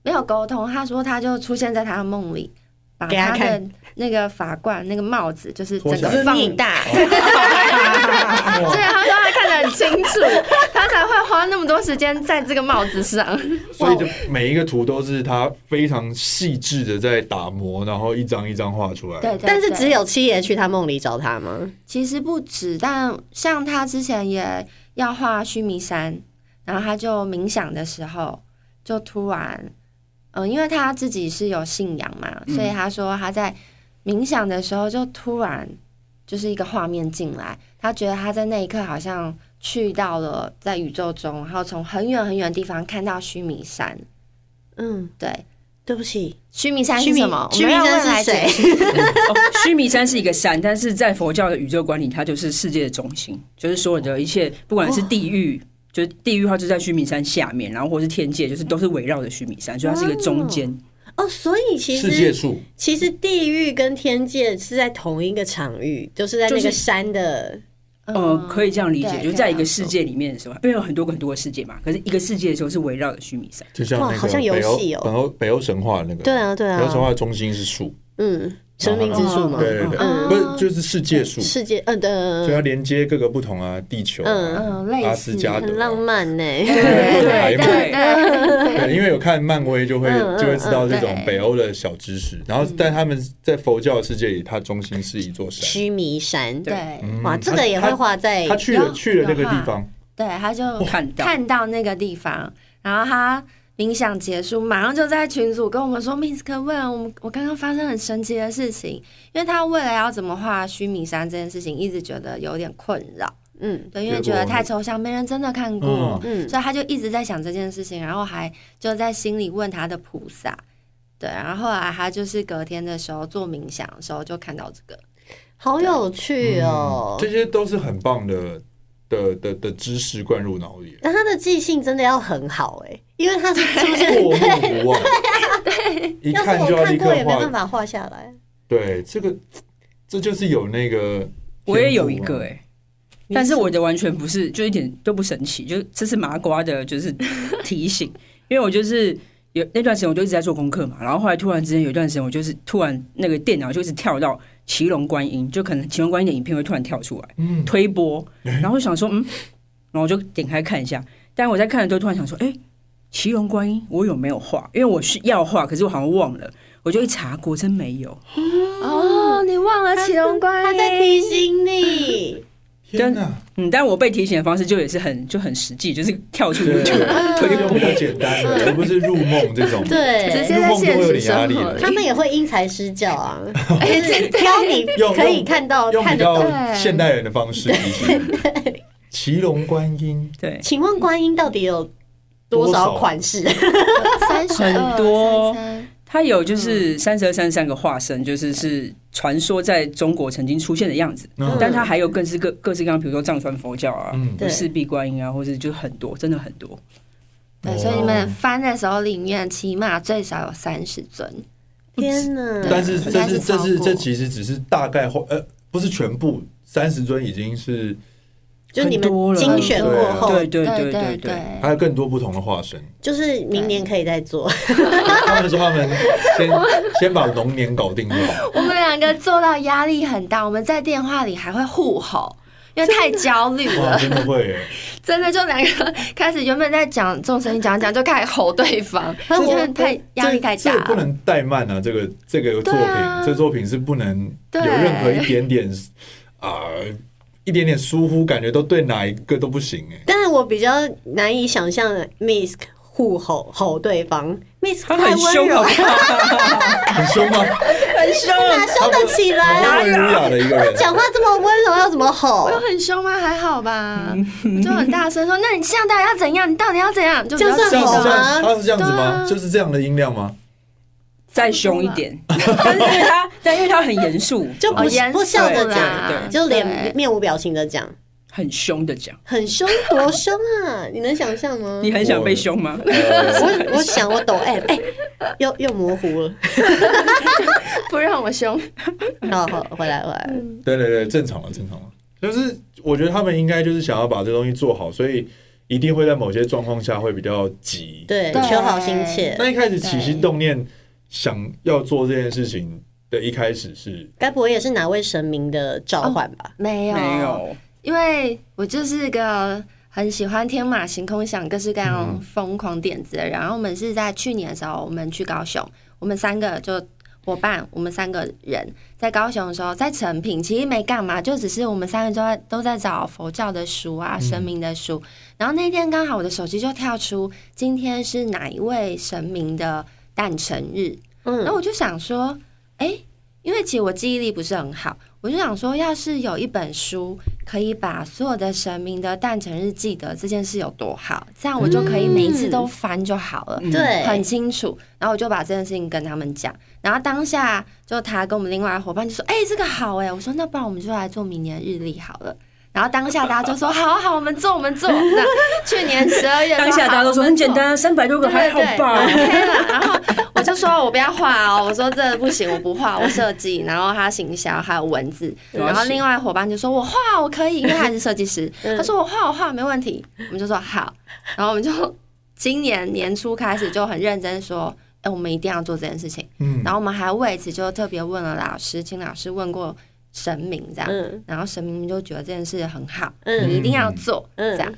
E: 没有沟通，他说他就出现在他的梦里，把
B: 给他
E: 他的
B: 看
E: 那个法冠、那个帽子，就是
A: 脱
E: 整
A: 下
E: 个
A: 来
E: 放大，对，
B: 哦啊
E: 他说他看得很清 楚，他才会花那么多时间在这个帽子上。
A: 所以就每一个图都是他非常细致的在打磨，然后一张一张画出来。
E: 对，对
B: 但是
E: 对
B: 只有七爷去他梦里找他吗？
E: 其实不止，但像他之前也要画须弥山，然后他就冥想的时候，就突然，嗯、因为他自己是有信仰嘛，所以他说他在冥想的时候就突然就是一个画面进来，他觉得他在那一刻好像去到了在宇宙中，然后从很远很远的地方看到须弥山，
B: 嗯，
E: 对。
B: 对不起，
E: 须弥山是什么？
B: 须弥
E: 我们
B: 须弥山
E: 让
B: 是
E: 未来
B: 谁
E: 解释？
C: 哦须弥山是一个山，但是在佛教的宇宙观里，它就是世界的中心，就是所有的一切，不管是地狱，就是地狱，它就在须弥山下面，然后或是天界，就是都是围绕着须弥山，所以它是一个中间。
B: 哦，所以其
A: 世界
B: 实
A: 树
B: 其实地狱跟天界是在同一个场域，就是在那
C: 就
B: 个
C: 是
B: 山的。
C: 呃，可以这样理解，
E: 嗯对
C: 就是在一
E: 可
C: 个
E: 以这
C: 世
E: 样
C: 界里面的时候，因为有很多个很多个世界嘛，可是一个世界的时候是围绕着须弥山。
A: 就像那
B: 哇
A: 个
B: 好像游
A: 北欧
B: 戏哦
A: 北欧北欧神话那个，
B: 对啊，对
A: 北欧神话
B: 啊，
A: 的中心是树，
B: 嗯，生命之树嘛，
A: 对对对，啊
B: 嗯
A: 不是就是世界树，
B: 世界，嗯
A: 所以它
B: 的，
A: 连接各个不同啊，地球啊
E: 嗯，类似
A: 阿斯加德啊
B: 很浪漫呢。
E: 对对
A: 对
E: 对对，
A: 对，因为有看漫威就会
B: 嗯嗯
A: 就会知道这种
E: 嗯对
A: 北欧的小知识，然后但他们在佛教的世界里，它中心是一座山。
B: 须弥山，
E: 对
A: 嗯
B: 哇，这个也会
A: 他
B: 画在
A: 他去了
E: 有
A: 去了那个
E: 有画
A: 地方，
E: 对，他就
C: 看到
E: 看到那个地方，然后他冥想结束，马上就在群组跟我们说，Miss 可问我们，我刚刚发生很神奇的事情，因为他未来要怎么画须弥山这件事情，一直觉得有点困扰，
B: 嗯
E: 对，因为
A: 结
E: 觉
A: 果
E: 得
A: 呢
E: 太抽象，没人真的看过，
A: 嗯
B: 嗯
E: 所以他就一直在想这件事情，然后还就在心里问他的菩萨。对，然后后来他就是隔天的时候做冥想的时候就看到这个，
B: 好有趣
A: 嗯
B: 哦。
A: 这些都是很棒的的的的知识灌入脑 里，
B: 但他的记性真的要很好哎，因为他是出现，
A: 过目不忘，一
B: 要是
A: 看就
B: 我
A: 要
B: 看
A: 立刻
B: 过也没办
A: 画。
B: 法画下来。
A: 对，这个这就是有那个，
C: 我也有一个哎、
A: 哎，
C: 但是我的完全不是，就一点都不神奇，就这是麻瓜的，就是提醒， 因为我就是有那段时间我就一直在做功课嘛，然后后来突然之间有一段时间我就是突然那个电脑就一直跳到奇龙观音，就可能奇龙观音的影片会突然跳出来
A: 嗯，
C: 推播，然后我想说嗯，然后我就点开看一下，但我在看的时候突然想说，哎、奇龙观音我有没有画？因为我是要画，可是我好像忘了，我就一查，果真没有。
E: 哦，你忘了祁隆观
B: 他在提醒你，
A: 天哪，
C: 嗯，但我被提醒的方式就也是很就很实际，就是跳出
A: 对，
C: YouTube
A: 这 就比较简单了，而不是入梦这种。
E: 直
B: 嗯对，
E: 接在现实
A: 入梦都会有点压力
E: 生活
A: 了
E: 里，啊
B: 他们也会因材施 教啊，就是 挑你
A: 用
B: 可以看到
A: 哎用
B: 看
A: 比
B: 得懂。
A: 较现代人的方式理解。骑龙观音，
C: 对，
B: 请问观音到底有多少款式？
E: 三十
C: 很多
E: 33
C: 它有
B: 嗯
C: 就是三十二、三十三个化身，就是是传说在中国曾经出现的样子，
A: 嗯
C: 但它还有更是各各式各样，比如说藏传佛教啊
A: 嗯，
B: 对
C: 四臂观音啊，或者就很多，真的很多。
E: 对，所以你们翻的时候，里面起码最少有三十尊。
B: 天哪！
A: 但是
E: 应
A: 这
E: 该
A: 是
E: 是
A: 这
E: 超
A: 是
E: 过
A: 这其实只是大概后呃不是全部三十尊已经是
B: 就你
C: 很多
B: 们
C: 了
B: 精选过后，
A: 啊
C: 对对对
E: 对
C: 对对，
B: 嗯
A: 还有更多不同的化身。
B: 就是明年可以再做。
A: 他们说他们先先把龙年搞定就好。
E: 我们两个做到压力很大，我们在电话里还会互吼。因为太焦虑
A: 哇，
E: 了，
A: 真的会耶，
E: 真的就两个开始原本在讲众生讲讲，就开始吼对方，因为太压力太
A: 这
E: 大
A: 这个不
E: 了。
A: 能怠慢啊！这个这个作
E: 对
A: 品
E: 啊，
A: 这作品是不能有
E: 对
A: 任何一点点啊一点点疏忽，感觉都对哪一个都不行哎。
B: 但是我比较难以想象 Misk 互吼吼对方，Misk
C: 它
B: 太
C: 很
B: 温
C: 凶，
B: 柔
C: 好
B: 了
C: 不，
A: 啊
C: 好？
A: 很凶吗？
C: 很凶。
B: 哪凶得起来
A: 很温
B: 啊？
A: 儒雅的一个人，
B: 讲话这么温柔，要怎么吼
E: 我？有很凶吗？还好吧，我就很大声说：“那你这样到底要怎样？你到底要怎样？”就比较
B: 这样
A: 这
B: 算
A: 样
B: 好
A: 子
B: 吗
A: 这样，他是这样子
E: 对
A: 吗？
E: 啊
A: 就是这样的音量吗？
C: 再凶一点，但是因为它，但因为它很严肃，
B: 就不
E: 哦严肃
B: 不笑着
E: 啦
B: 讲，就脸
E: 对
B: 面无表情的讲，
C: 很凶的讲。
B: 很凶，多凶啊！你能想象吗？
C: 你很想被凶吗？
A: 啊呃
B: 我我想我抖 M，哎、又又模糊了。
E: 不让我凶。
B: 好好，回来回来。
A: 对对对，正常了，正常了。就是我觉得他们应该就是想要把这东西做好，所以一定会在某些状况下会比较急。
B: 对，
E: 对
B: 求好心切。
A: 那一开始起心动念想要做这件事情，对，一开始是
B: 该不会也是哪位神明的召唤吧？
E: 没有，
C: 没，有，
E: 因为我就是个很喜欢天马行空、想各式各样疯狂点子的人。然后我们是在去年的时候，我们去高雄，我们三个就伙伴，我们三个人在高雄的时候，在成品其实没干嘛，就只是我们三个都在都在找佛教的书啊、神明的书。然后那天刚好我的手机就跳出今天是哪一位神明的诞辰日，
B: 嗯
E: 然后我就想说，哎、因为其实我记忆力不是很好，我就想说，要是有一本书可以把所有的神明的诞辰日记得，这件事有多好，这样我就可以每一次都翻就好了。
C: 嗯
B: 对，
E: 很清楚，然后我就把这件事情跟他们讲，然后当下就他跟我们另外的伙伴就说：“哎、这个好哎、我说：“那不然我们就来做明年日历好了。”然后当下大家就说：“好好，我们做，我们做。”那去年十二月的时候，
C: 当下大家都说
E: 好
C: 很简。单，三百多
E: 我
C: 个
E: 们
C: 还好
E: 做对对对
C: 吧？
E: ，OK 了。然后我就说我不要画哦，我说这不行，我不画，我设计，然后他行销还有文字，
C: 主要是
E: 然后另外伙伴就说我画我可以，因为他也是设计师，
B: 嗯
E: 他说我画我画没问题，我们就说好，然后我们就今年年初开始就很认真说，哎、我们一定要做这件事情，
A: 嗯
E: 然后我们还为此就特别问了老师，请老师问过神明这样，
B: 嗯
E: 然后神明就觉得这件事很好，
B: 嗯
E: 你一定要做，
B: 嗯
E: 这样。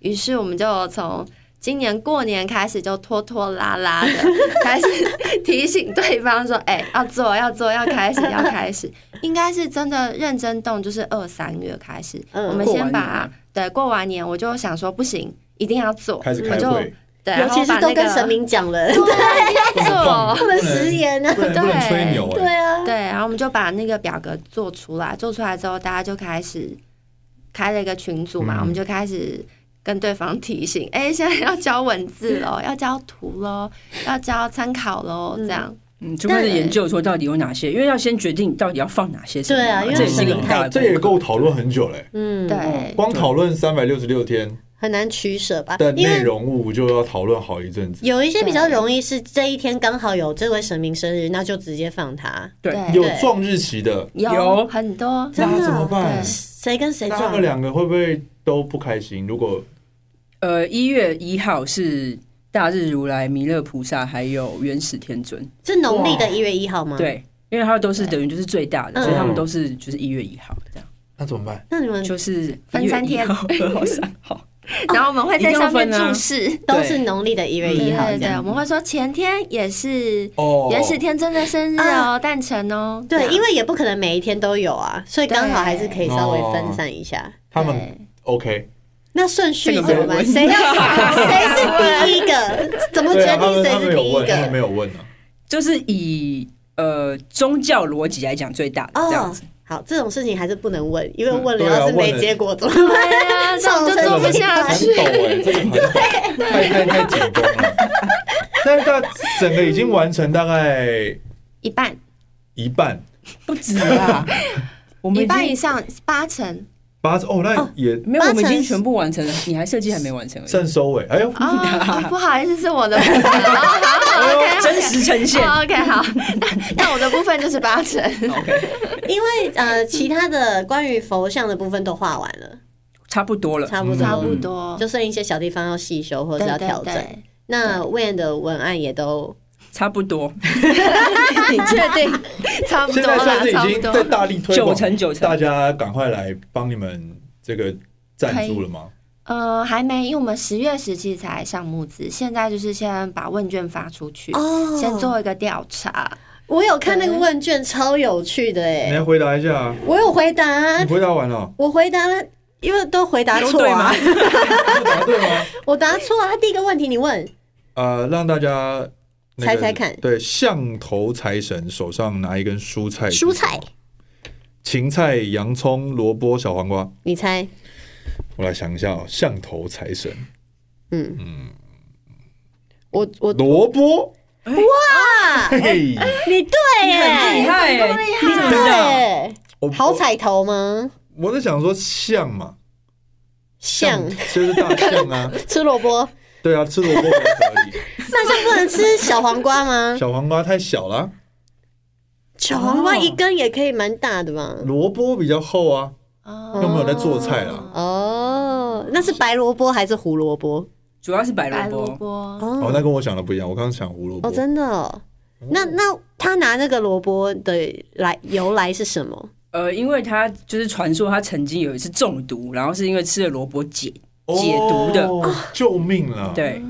E: 于是我们就从今年过年开始就拖拖拉拉 的开始提醒对方说：“哎、要做，要做，要开始，要开始。”应该是真的认真动，就是二三月开始，
B: 嗯
E: 我们先把
C: 过完年
E: 对过完年，我就想说不行，一定要做，
A: 开始
E: 我
A: 开
E: 就
A: 会，
E: 对，
B: 尤其
E: 然
B: 是
E: 后把
B: 都
E: 那
B: 跟
E: 个
B: 神明讲了，
E: 对
A: 不能
E: 要
A: 放
E: 做。
B: 不能食言啊，
A: 不能不能
E: 对
A: 吹牛
B: 对
A: 哎，
B: 啊，
E: 对，然后我们就把那个表格做出来，做出来之后，大家就开始开了一个群组嘛，
A: 嗯
E: 我们就开始跟对方提醒，哎、现在要教文字喽，要教图喽，要教参考喽，这样。
C: 嗯，就开始研究说到底有哪些，因为要先决定到底要放哪些神明
B: 对
C: 嘛
B: 啊因为
C: 这也是一个
B: 神
C: 很
B: 明
C: 大的功课，
A: 这也够讨论很久嘞，
B: 嗯，
E: 对，
A: 光讨论三百六十六天
B: 很难取舍吧
A: 的？
B: 因
A: 内
B: 为
A: 容物就要讨论好一阵子，
B: 有一些比较容易是这一天刚好有这位神明生日，那就直接放他。
C: 对
E: 对
A: 有撞日期的，
E: 有
C: 有
E: 很多，
B: 真
A: 那
B: 的
A: 怎么办
E: 对？
B: 谁跟谁
A: 那他
B: 撞
A: 们？两个会不会都不开心？如果
C: 呃，一月一号是大日如来、弥勒菩萨还有元始天尊，
B: 是农历的一月一号吗？。
C: 对，因为他都是等于就是最大的，
B: 嗯
C: 所以他们都是就是一月一号这样，
A: 那怎么办？
B: 那你们
C: 就是
E: 分三天
C: 2号、三号，
E: 然后我们会在上面
C: 一定要分啊
E: 注释。
B: 都是农历的一月
E: 对
B: 一
E: 对
B: 号这
E: 对对，
B: 样
E: 我。们会说前天也是
A: 哦，
E: 元始天尊的生日哦，诞辰哦。这
B: 对，
E: 样
B: 因为也不可能每一天都有啊，所以刚好还是可以稍微分散一下。
A: 他们
E: 对
A: OK，
B: 那顺序怎么
C: 这个没有
B: 办？
C: 问
B: 谁要 谁是第一个？怎么
A: 对
B: 决
A: 啊，他
B: 定
A: 们他
B: 谁
A: 们有
B: 是第一
A: 问，他们没
B: 个？
A: 有问啊，
C: 就是以呃宗教逻辑来讲最大的这样
B: 哦
C: 子，，
B: 好，这种事情还是不能问，因为问
A: 嗯
B: 了
A: 对啊
B: 要是
A: 问
B: 没
A: 了
B: 结果怎么办？
E: 对啊，这样
B: 上
E: 就做
B: 升
E: 不下
A: 很
E: 去。
A: 抖哎，这个很抖，欸太太太紧绷了。但是大整个已经完成大概
E: 一半，
A: 一半，
C: 不止啦，我们
E: 一
C: 已
E: 半
C: 经
E: 以上，八成。
A: 八哦，那也
C: 没有，我们已
B: 八成
C: 经全部完成了，你还设计还没完成而已，
A: 算收尾。哎呦，
E: 哦，哦不好意思，是我的部分。OK，
C: 真实呈现。
E: OK，好， 那那我的部分就是八成。
C: OK，
B: 因为呃，其他的关于佛像的部分都画完了，
C: 差不多了。
B: 差不多，
E: 差不多，
B: 就剩一些小地方要细修或
E: 对
B: 者是
E: 对
B: 要调整。
E: 对，
B: 那 Wayne 的文案也都
C: 差不多，你确定？
E: 差不
A: 现
E: 多
A: 在
E: 啦
A: 算是，
E: 差
A: 已
E: 不
A: 经在
E: 多。
A: 大力推广，
C: 九成九成
A: 大家赶快来帮你们这个赞助了吗？
E: 呃，还没，因为我们十月十七才上募资，现在就是先把问卷发出去，
B: 哦
E: 先。做一个调查。
B: 我有看那个问卷，超有趣的哎、
A: 你来回答一下，
B: 我有回答啊、
A: 你回答完了，
B: 我回答了，因为都回答
C: 都
B: 错
C: 对
B: 啊
C: 吗，
A: 那答对吗？
B: 我答错啊。他第一个问题你问，
A: 呃，让大家那个
B: 猜猜看
A: 对，象头财神手上拿一根蔬菜，
B: 蔬菜，
A: 芹菜、洋葱、萝卜、小黄瓜。
B: 你猜，
A: 我来想一下、哦，象头财神，
B: 嗯我我
A: 萝卜，
B: 啊，
A: 嘿嘿，
B: 你对
C: 你很厉
B: 耶，
C: 害耶，欸你啊怎么知道？
B: 对，
A: 我
B: 好，彩头吗？
A: 我我在想说象嘛，
B: 象
A: 就是大象啊，
B: 吃萝卜，
A: 对啊，吃萝卜还可
B: 那就不能吃小黄瓜吗
A: 以，？小黄瓜太小了，
B: 小黄瓜一根也可以蛮大的吧？
A: 萝卜比较厚啊，
E: 哦，
A: 又没有在做菜啦。
B: 哦，那是白萝卜还是胡萝卜？
C: 主要是白
E: 白
C: 萝
E: 萝
C: 卜，
E: 卜，
A: 哦，
B: 哦
A: 那跟我想的不一样，我刚刚想胡萝卜
B: 哦，，真的哦，那那他拿那个萝卜的来由来是什么？
C: 呃，因为他就是传说他曾经有一次中毒，然后是因为吃了萝卜解解毒的，
A: 哦救命了！，
C: 对，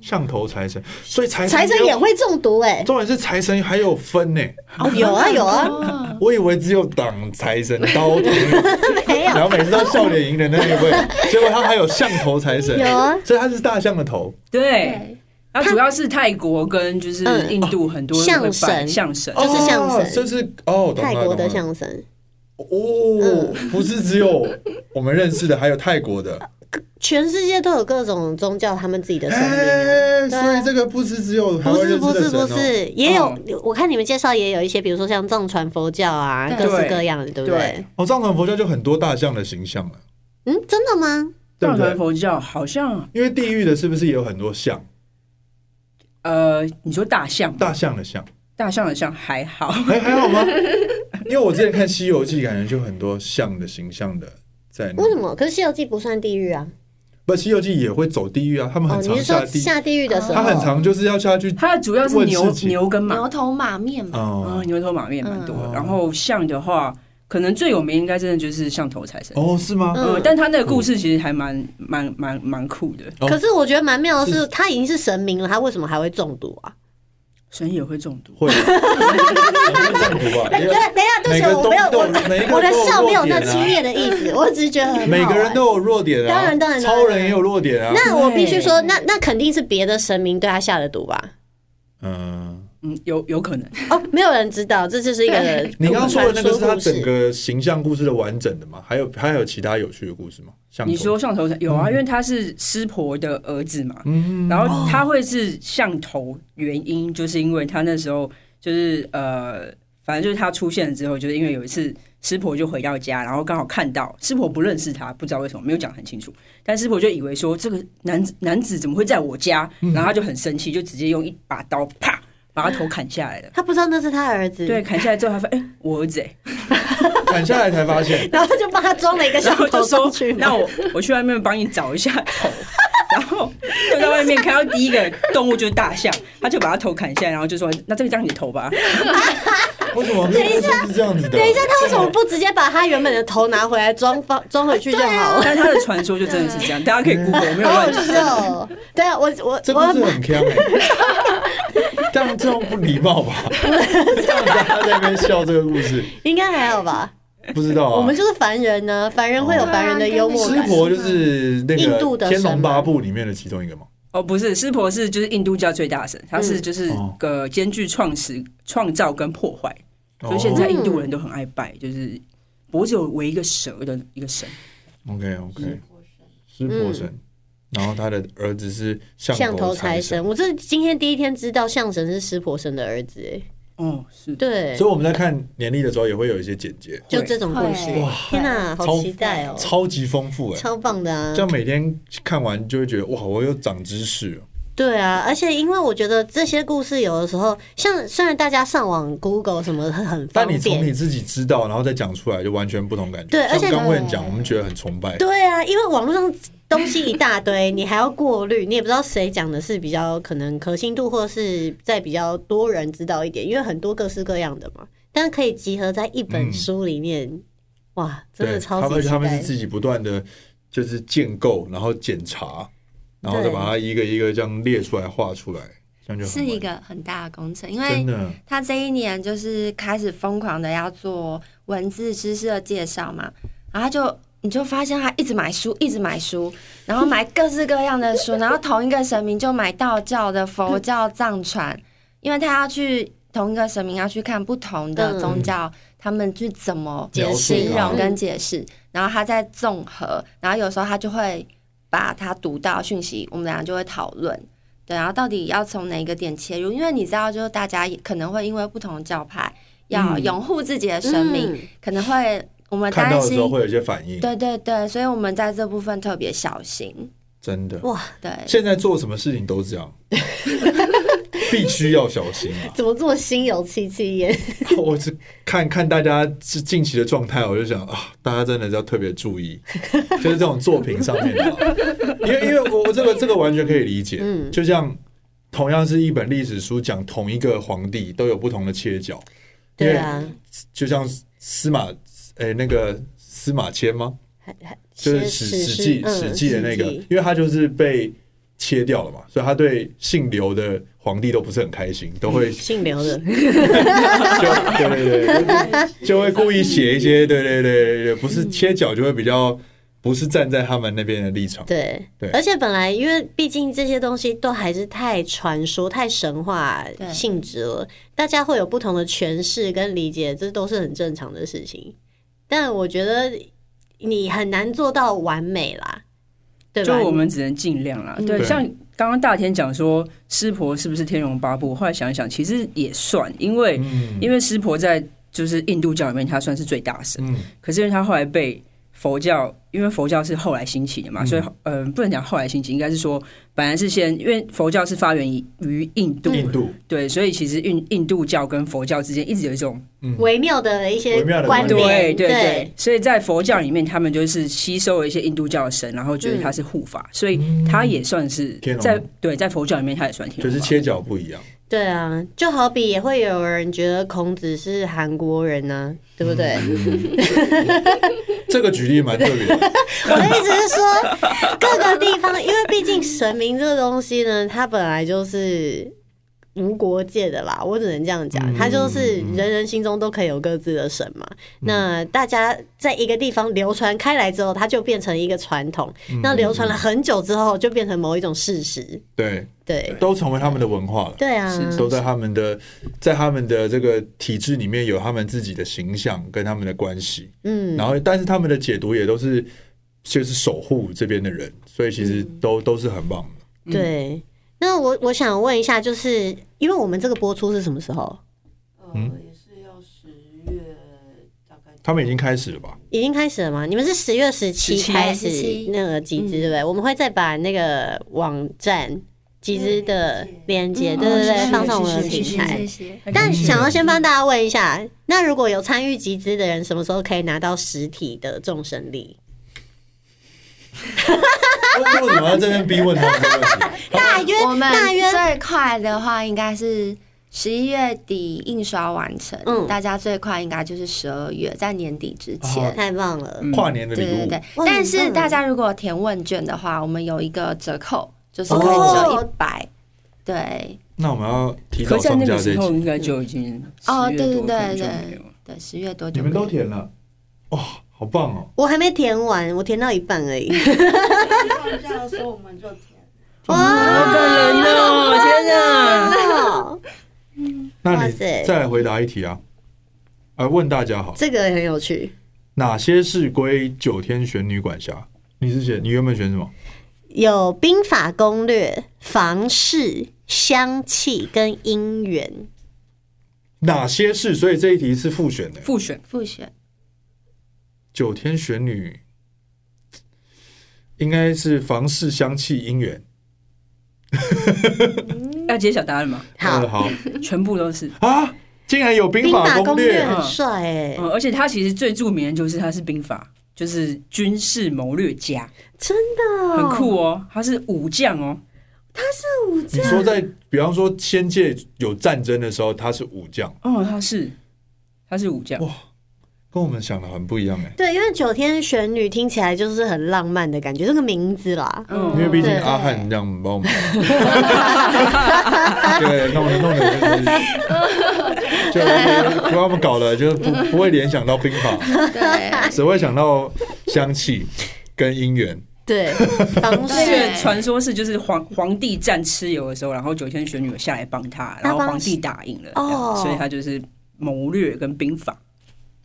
A: 巷头财神，所以财
B: 嗯财神
A: 就
B: 也会中毒哎、
A: 重点是财神还哎有分呢，
B: 哦，有啊有啊，
E: 哦，
A: 我以为只有挡财 神刀徒，
B: 没
A: 然
B: 有
A: 后每次都笑脸迎人的那 一位，结果他还有巷头财神
B: 有，啊，
A: 所以他是大象的头。
C: 对，
E: 对，
C: 它主要是泰国跟就是
B: 嗯
C: 印度很多
B: 象
C: 人会拜
B: 神
C: 象神，
B: 就是象神
A: 哦就是哦，懂了
B: 泰国的
A: 懂了
B: 象嗯神，
A: 哦，不是只有我们认识的，还有泰国 的，
B: 全世界都有各种宗教他们自己的神明啊。
A: 哎，
B: 对啊
A: 所以这个不是只有台
B: 不
A: 湾
B: 是
A: 认
B: 不
A: 识的
B: 是
A: 神
B: 不
A: 哦。
B: 是，也有我看你们介绍也有一些，比如说像藏传佛教啊，
E: 对
B: 各式各样的，对不对
C: 对？
A: 哦，藏传佛教就很多大象的形象了，
B: 嗯，真的吗？
A: 对不
C: 藏传
A: 对？
C: 佛教好像
A: 因为地狱的是不是也有很多象？
C: 呃，你说大象吗，
A: 大象的象，
C: 大象的象还好，
A: 还还 好吗？因为我之前看《西游记》，感觉就很多象的形象的在那。
B: 为什？么？可是《西游记》不算地狱啊。
A: 不，《西游记》也会走地狱啊，他们
B: 哦，
A: 很
B: 你
A: 常
B: 是
A: 下
B: 说
A: 地，
B: 下地狱的时候？
A: 他很常就是要下去。
C: 它的主要是
A: 问
C: 牛
A: 事情
C: 牛跟马，
E: 牛头马面嘛，
A: 哦
C: 嗯，牛头马面蛮多的。
A: 嗯
C: 然后象的话，可能最有名应该真的就是象头财神。
A: 哦，是吗？
C: 嗯
B: 嗯，，
C: 但他那个故事其实还蛮蛮蛮蛮酷的，
A: 哦
B: 可是我觉得蛮妙的是，
A: 是
B: 他已经是神明了，他为什么还会中毒啊？
C: 神也会中毒。
A: 会， 你会中毒吧？因为
B: 对，啊等一下，对
A: 每
B: 不
A: 个
B: 起，我没有
A: 都
B: 我
A: 每一个
B: 我的
A: 都有
B: 笑没有
A: 弱
B: 那
A: 点
B: 轻
A: 啊
B: 蔑的意思，我只是觉得很好玩
A: 每个人都有弱点啊，
B: 当然当然
A: 超
B: 当
A: 人
B: 然
A: 也有弱点啊。
B: 那我必须说，那那肯定是别的神明对他下的毒吧？
A: 嗯，
C: 嗯，有有可能。
B: 哦，没有人知道，这就是一个
A: 你刚刚说的那个是他
B: 传说故
A: 整
B: 事
A: 个形象故事的完整的吗？还有还有其他有趣的故事吗？像
C: 你说，象头财有啊，因为他是师婆的儿子嘛，
A: 嗯
C: 然后他会是象头，原因就是因为他那时候就是呃，反正就是他出现了之后，就是因为有一次师婆就回到家，然后刚好看到师婆不认识他，不知道为什么没有讲很清楚，但师婆就以为说这个男子男子怎么会在我家，然后他就很生气，就直接用一把刀啪把他头砍下来了。
B: 他不知道那是他儿子，
C: 对，，砍下来之后，他说：“哎、我儿子、哎，
A: 砍下来才发 现，
B: 然后他就帮他装了一个小
C: 然后
B: 头
C: 就
B: 上
C: 说
B: 去：“嘛，
C: 那我我去外面帮你找一下头。”然后就在外面看到第一个动物就是大象，他就把它头砍下来，然后就说：“那这个叫你的头吧。
A: 为什么那个故事是这样子的？啊
B: 等一下，他为什么不直接把他原本的头拿回来装放装回去就好” 了？
C: 但他的传说就真的是这样，大家可以
A: 嗯
C: Google，我没有
B: 好好
C: 乱讲。
B: 笑哦哦！对啊，我我
A: 这
B: 我
A: 故事很坑哎，这样这样不礼貌 吧？这样大家在那边笑这个故事，
B: 应该还好吧？
A: 不知道啊。
B: 我们就是凡人呢，凡人
A: 哦
B: 会有凡人的幽默
A: 师
B: 感。
A: 婆啊就是那
B: 印
A: 个
B: 度的
A: 《
B: 神
A: 天
B: 吗
A: 龙八部》里面的其中一个嘛。
C: 哦，不是，湿婆是就是印度教最大神，他
B: 嗯
C: 是就是
A: 哦
C: 个兼具创始、创造跟破坏，所以
A: 哦
C: 现在印度人都很爱拜，就是脖子有围一个蛇的一个神。
A: OK
B: 嗯
A: OK，湿婆神，然后他的儿子是
B: 像
A: 象
B: 嗯头财
A: 财
B: 神，，我这今天第一天知道象神是湿婆神的儿子，哎，
C: 哦，是
B: 对
A: 所，以我们在看年历的时候也会有一些简介，
B: 就这种故事
E: 会，
B: 天哪，好期待哦，
A: 超级丰富哎、
B: 超棒的啊
A: 这！样每天看完就会觉得哇，我又长知识了。
B: 对啊，而且因为我觉得这些故事有的时候，像虽然大家上网 Google 什么很很方
A: 但你从你
B: 便，
A: 自己知道，然后再讲出来，就完全不同感觉。
B: 对而且
A: 像刚问讲，我们觉得很崇拜。
B: 对啊，因为网络上东西一大堆，你还要过滤，你也不知道谁讲的是比较可能可信度，或者是在比较多人知道一点，因为很多各式各样的嘛，但可以集合在一本
A: 嗯
B: 书里面，哇，真的
A: 对，
B: 超
A: 他
B: 级
A: 们
B: 期
A: 他们是
B: 待。
A: 自己不断的就是建构，然后检查，然后再
B: 对
A: 把它一个一个这样列出来、画出来，这样就很
E: 是一
A: 完
E: 个很大的工程，因
A: 整真
E: 为
A: 的
E: 他这一年就是开始疯狂的要做文字知识的介绍嘛，然后他就你就发现他一直买书，一直买书，然后买各式各样的书，然后同一个神明就买道教的、佛教、藏传，因为他要去同一个神明要去看不同的宗教，他们去怎么
B: 解释
E: 形容
B: 嗯
E: 跟解释，然后他再综合，然后有时候他就会把他读到的讯息，我们俩就会讨论。对，然后到底要从哪一个点切入？因为你知道，就是大家也可能会因为不同的教派要
C: 嗯
E: 拥护自己的神明，
B: 嗯
E: 可能会我们
A: 看
E: 担
A: 到的时
E: 心
A: 候，会有一些反应，
E: 对对对，所以我们在这部分特别小心。
A: 真的。
B: 哇，
E: 对，嗯
A: 现在做什么事情都这 样，必须要小心啊！
B: 怎么这么心有戚戚焉？
A: 我是看看大家是近期的状态，我就想啊，大家真的要特别注意， 就是这种作品上面的啊，因为因为我我这个这个完全可以理解，
B: 嗯
A: 就像同样是一本历史书，讲同一个皇帝都有不同的切角，
B: 对啊，
A: 就像司马，哎、那个司马迁吗？
B: 还还
A: 就是
B: 写
A: 史史记
B: 嗯
A: 史记的那个，
B: 史
A: 因
B: 记
A: 为他就是被切掉了嘛，所以他对姓刘的皇帝都不是很开心，都会
B: 姓刘的，
A: 就对对
F: 呃
A: 对，就就会故意写一些对对对对对，不是切角就会比较不是站在他们那边的立场，
B: 对
A: 对，
B: 而且本来因为毕竟这些东西都还是太传说、太神话
E: 对
B: 性质了，大家会有不同的诠释跟理解，这都是很正常的事情。但我觉得你很难做到完美啦，对
C: 就
B: 吧？
C: 我们只能尽量啦。
B: 嗯
C: 对，
A: 对
C: 像刚刚大天讲说湿婆是不是天龙八部，后来想一想，其实也算，因为、
A: 嗯
C: 因为湿婆在就是印度教里面他算是最大神，
A: 嗯
C: 可是因为他后来被佛教，因为佛教是后来兴起的嘛，
A: 嗯
C: 所以嗯、呃不能讲后来兴起，应该是说本来是先，因为佛教是发源于于印度，
A: 印度
C: 对，所以其实印印度教跟佛教之间一直有一种
A: 嗯
B: 微妙的一些
A: 微妙的
B: 关
A: 关
B: 联，
A: 联
C: 对对
B: 对
C: 对，所以在佛教里面，他们就是吸收了一些印度教的神，然后觉得他是护法，所以他也算是
A: 嗯天龙
C: 在对在佛教里面，他也算天
A: 就
C: 龙
A: 是
C: 八
A: 切角不一样，
B: 对啊，就好比也会有人觉得孔子是韩国人呢、对不
A: 嗯
B: 对？
A: 这个举例蛮特别的，
B: 我的意思是说，各个地方，因为毕竟神明这个东西呢，它本来就是无国界的啦，我只能这样讲，
A: 嗯
B: 它就是人人心中都可以有各自的神嘛。那大家在一个地方流传开来之后，它就变成一个传统，那流传了很久之后，就变成某一种事实。
A: 对，
B: 对，
A: 都成为他们的文化了。
B: 对啊，
C: 是
A: 都在他们的，在他们的这个体制里面有他们自己的形象跟他们的关系，
B: 嗯，
A: 然后但是他们的解读也都是就是守护这边的人，所以其实都、都是很棒的。
B: 对。那我我想问一下，就是因为我们这个播出是什么时候？
F: 呃，也是要十月大概。
A: 嗯他们已经开始了吧？
B: 已经开始了吗？你们是十月十七
A: 啊
C: 17
B: 开始
E: 17
B: 那个集资，对不对？我们会再把那个网站集资的链接，
E: 嗯
B: 对对
E: 哦谢
B: 对，
E: 谢
B: 放上我们的
C: 谢
E: 谢
B: 平
E: 谢谢
B: 台。
E: 谢。
C: 嗯
A: 嗯
B: 但想要先帮大家问一下，那如果有参与集资的人，什么时候可以拿到实体的众神力？
A: 为为什么要这边逼问他们这个问题？
B: 大约
E: 我们
B: 大约
E: 最快的话应该是十一月底印刷完成，
B: 嗯
E: 大家最快应该就是十二月，在年底之前。
A: 哦
B: 太棒了，
C: 嗯
A: 跨年的礼
E: 对对
A: 物
E: 对，
B: 哇
E: 但
B: 很
E: 是
B: 棒
E: 大家如果填问卷的话，我们有一个折扣，就是可以折一
B: 哦
E: 百。对
A: 那我们要提
C: 可
A: 早上
C: 是在那
A: 架
C: 个
A: 这一
C: 时候
A: 集。
C: 应该就已经
E: 哦
C: 10月多
E: 对对
C: 可能就
E: 对
C: 没有了
E: 对，十月多
A: 你
E: 久没
A: 们
E: 有？
A: 都填了，哇、好棒哦！
B: 我还没填完，我填到一半而已。
F: 放假的时候我们就填。
C: 好
B: 哇，
C: 感人哦！天哪！
A: 那
B: 哇
A: 你
B: 塞
A: 再来回答一题啊，呃，问大家好，
B: 这个很有趣。
A: 哪些是归九天玄女管辖？你是选你原本选什么？
B: 有兵法攻略、房事、香气跟姻缘。
A: 哪些是？所以这一题是复选的。
C: 复选
E: 复选
A: 九天玄女应该是房事香气姻缘。
C: 要揭晓答案吗？
B: 好，
A: 呃好
C: 全部都是。
A: 啊，竟然有兵
B: 兵
A: 法
B: 法
A: 攻
B: 攻
A: 略
B: 略很帅哎、
C: 嗯，而且他其实最著名的就是他是兵法，就是军事谋略家，
B: 真的
C: 很酷哦。他是武将哦，
A: 你说在比方说仙界有战争的时候，他是武将，
C: 哦，他是他是武将。
A: 哇跟我们想的很不一样哎、
B: 对，因为九天玄女听起来就是很浪漫的感觉，这个名字啦，
C: 嗯
A: 因为毕竟
B: 对
A: 阿汉这样 帮我们，对，弄得弄的就是就就把我们搞了， 就是不不会联想到兵法，
E: 对，
A: 只会想到香气跟姻缘。
B: 对，房
E: 对
C: 这
B: 事
C: 个传说是就是皇皇帝战蚩尤的时候，然后九天玄女有下来帮他，然后皇帝打赢了，
B: 哦
C: 这样所以他就是谋略跟兵法。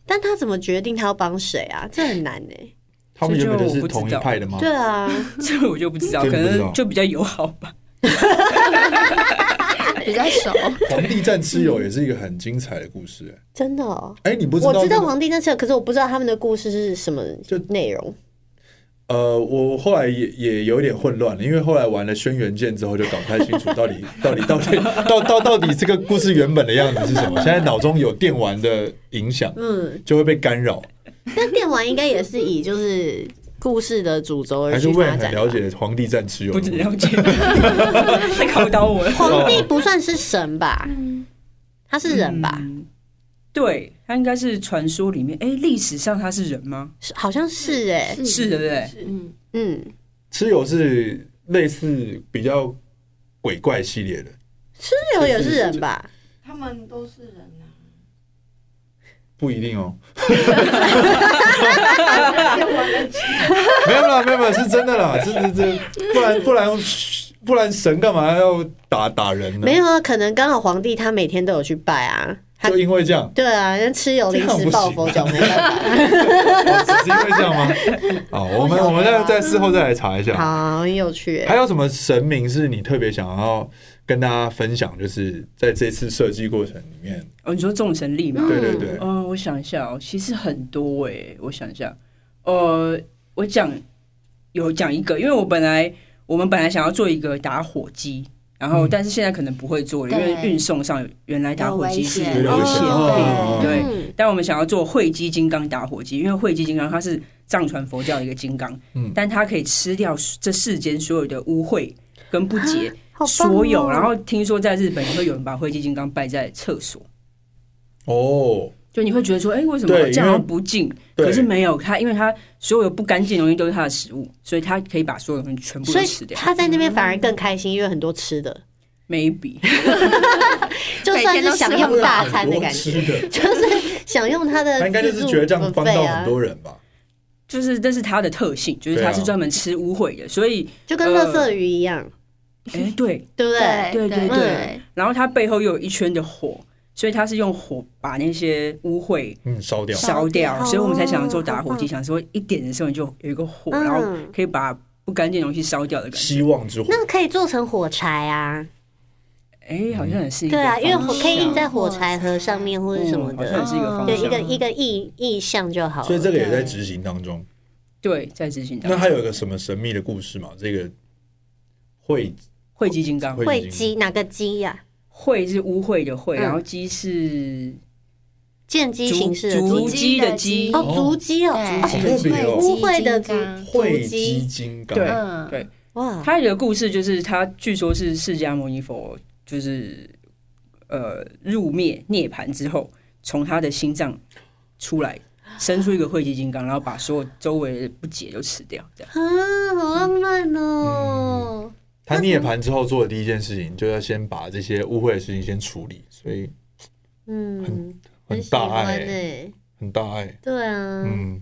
B: 但他怎么决定他要帮谁啊？这很难哎、
A: 他们原本就是
C: 这就我不知道
A: 同一派的吗？
B: 对啊，
C: 这个我就不知道，
A: 真
C: 可
A: 的不知道
C: 能就比较友好吧。
E: 比较熟。
A: 皇帝战蚩尤也是一个很精彩的故事、欸。
B: 真的哦、
A: 哎、你不知道、
B: 我
A: 那
B: 知道
A: 个
B: 皇帝那时候，可是我不知道他们的故事是什么
A: 就
B: 内容。
A: 呃，我后来也也有点混乱了，因为后来玩了《轩辕剑》之后，就搞不太清楚到底到底到底到到到底这个故事原本的样子是什么。现在脑中有电玩的影响，
B: 嗯，
A: 就会被干扰。
B: 但电玩应该也是以就是故事的主轴而
A: 还是
B: 去
A: 为
B: 发
A: 很
B: 展。
A: 了解皇帝战蚩尤
C: 不
A: 吗？
C: 止 了解，太考倒我了。
B: 皇帝不算是神吧？他是人吧？
C: 嗯对他应该是传说里面，哎，历史上他是人吗？
B: 是好像是哎，
C: 是，对不对？
F: 是
E: 嗯，
B: 嗯，
A: 蚩尤是类似比较鬼怪系列的，
B: 蚩尤也是人吧？
F: 他们都是人啊呐、
A: 不一定哦。
B: 嗯
F: 啊。要玩得起
A: 没有啦，没有啦，是真的啦，这这这，不然不然不然神干嘛要打打人呢？
B: 没有啊，可能刚好皇帝他每天都有去拜啊。他
A: 就因为这样，
B: 对啊，人蚩尤临时抱佛
C: 啊
B: 脚 没办
A: 哦只是因为这样吗？ 好，我们我们再再事后再来查一
B: 法，
A: 下。
B: 好很有趣
A: 还
B: 欸。
A: 有什么神明是你特别想要跟大家分享？就是在这次设计过程里面，
C: 哦，你说众神力嘛？
B: 嗯
A: 对对对，
C: 嗯，我想一下哦，其实很多哎、我想一下，呃，我讲有讲一个，因为我本来我们本来想要做一个打火机，然后、
A: 嗯
C: 但是现在可能不会做了，因为
E: 对
C: 运送上原来打火机是
E: 有危险
A: 有点危险
C: 病，
A: 哦
C: 对。
B: 嗯
C: 但我们想要做会稽金刚打火机，因为会稽金刚它是藏传佛教的一个金刚，
A: 嗯
C: 但它可以吃掉这世间所有的污秽跟不
E: 啊
C: 洁，
B: 好棒哦
C: 所有。然后听说在日本也会有人把会稽金刚拜在厕所，
A: 哦，
C: 就你会觉得说，哎、为什么
A: 对
C: 这样
A: 因
C: 好
A: 为
C: 像不敬？
A: 对
C: 可是没有它，因为它所有的不干净的东西都是它的食物，所以它可以把所有东西全部
B: 所
C: 都
B: 以
C: 吃掉。
B: 他在那边反而更开心，因为很多吃的，
C: maybe
B: 就算是享用大餐的感觉，
A: 吃的，
B: 就是享用他的
A: 他应该就是觉得这 样帮到很
B: 自助 buffet 啊，
A: 多人吧？
C: 就是这是它的特性，就是
A: 对啊
C: 它是专门吃污秽的，所以
B: 就跟乐色鱼一样，
C: 哎、对，
B: 对不对？
E: 对
C: 对对
E: 对
C: 对，然后它背后又有一圈的火，所以它是用火把那些污秽
A: 嗯，烧掉。
B: 烧
C: 烧掉，
B: 掉
C: 所以我们才想要做打
B: 好
C: 火
B: 棒
C: 机，想说一点的时候你就有一个火，
B: 嗯
C: 然后可以把不干净的东西烧掉的感觉。
A: 希望之火，
B: 那可以做成火柴啊，
C: 哎，好像也是一个
B: 对啊，因为
C: 方
B: 火
C: 向
B: 可以印在火柴盒上面或者什么
C: 嗯嗯好像
B: 的
C: 也，是一个方
B: 对，
C: 向。
B: 一个一个意意象就好了。
A: 所以这个也在
E: 对
A: 执行当中。
C: 对，在执行当
A: 那
C: 中。
A: 还有一个什么神秘的故事吗？这个会
C: 会稽金刚，
B: 会
A: 经
B: 鸡哪个鸡呀？
C: 会是污秽的会，
B: 嗯
C: 然后鸡是
B: 剑鸡
C: 竹
B: 形式的
C: 竹
B: 鸡
C: 鸡的鸡
E: 竹鸡的鸡，
B: 哦，竹鸡哦，
E: 对
B: 竹鸡
A: 好特别哦
B: 污秽的
E: 金刚
A: 会稽金刚，
C: 对
E: 嗯，
C: 对
A: 哦
B: 哇，啊
C: 他有一个故事，就是他据说是释迦牟尼佛，就是呃入灭涅盘之后，从他的心脏出来生出一个会稽金刚，然后把所有周围的不解都吃掉，这样。
B: 啊，好浪漫哦！
A: 他涅盘之后做的第一件事情，就要先把这些污秽的事情先处理，所以
B: 嗯，
A: 很
B: 喜
A: 大
B: 欢
A: 爱、
B: 哎，
A: 很大爱。
B: 对啊，
A: 嗯，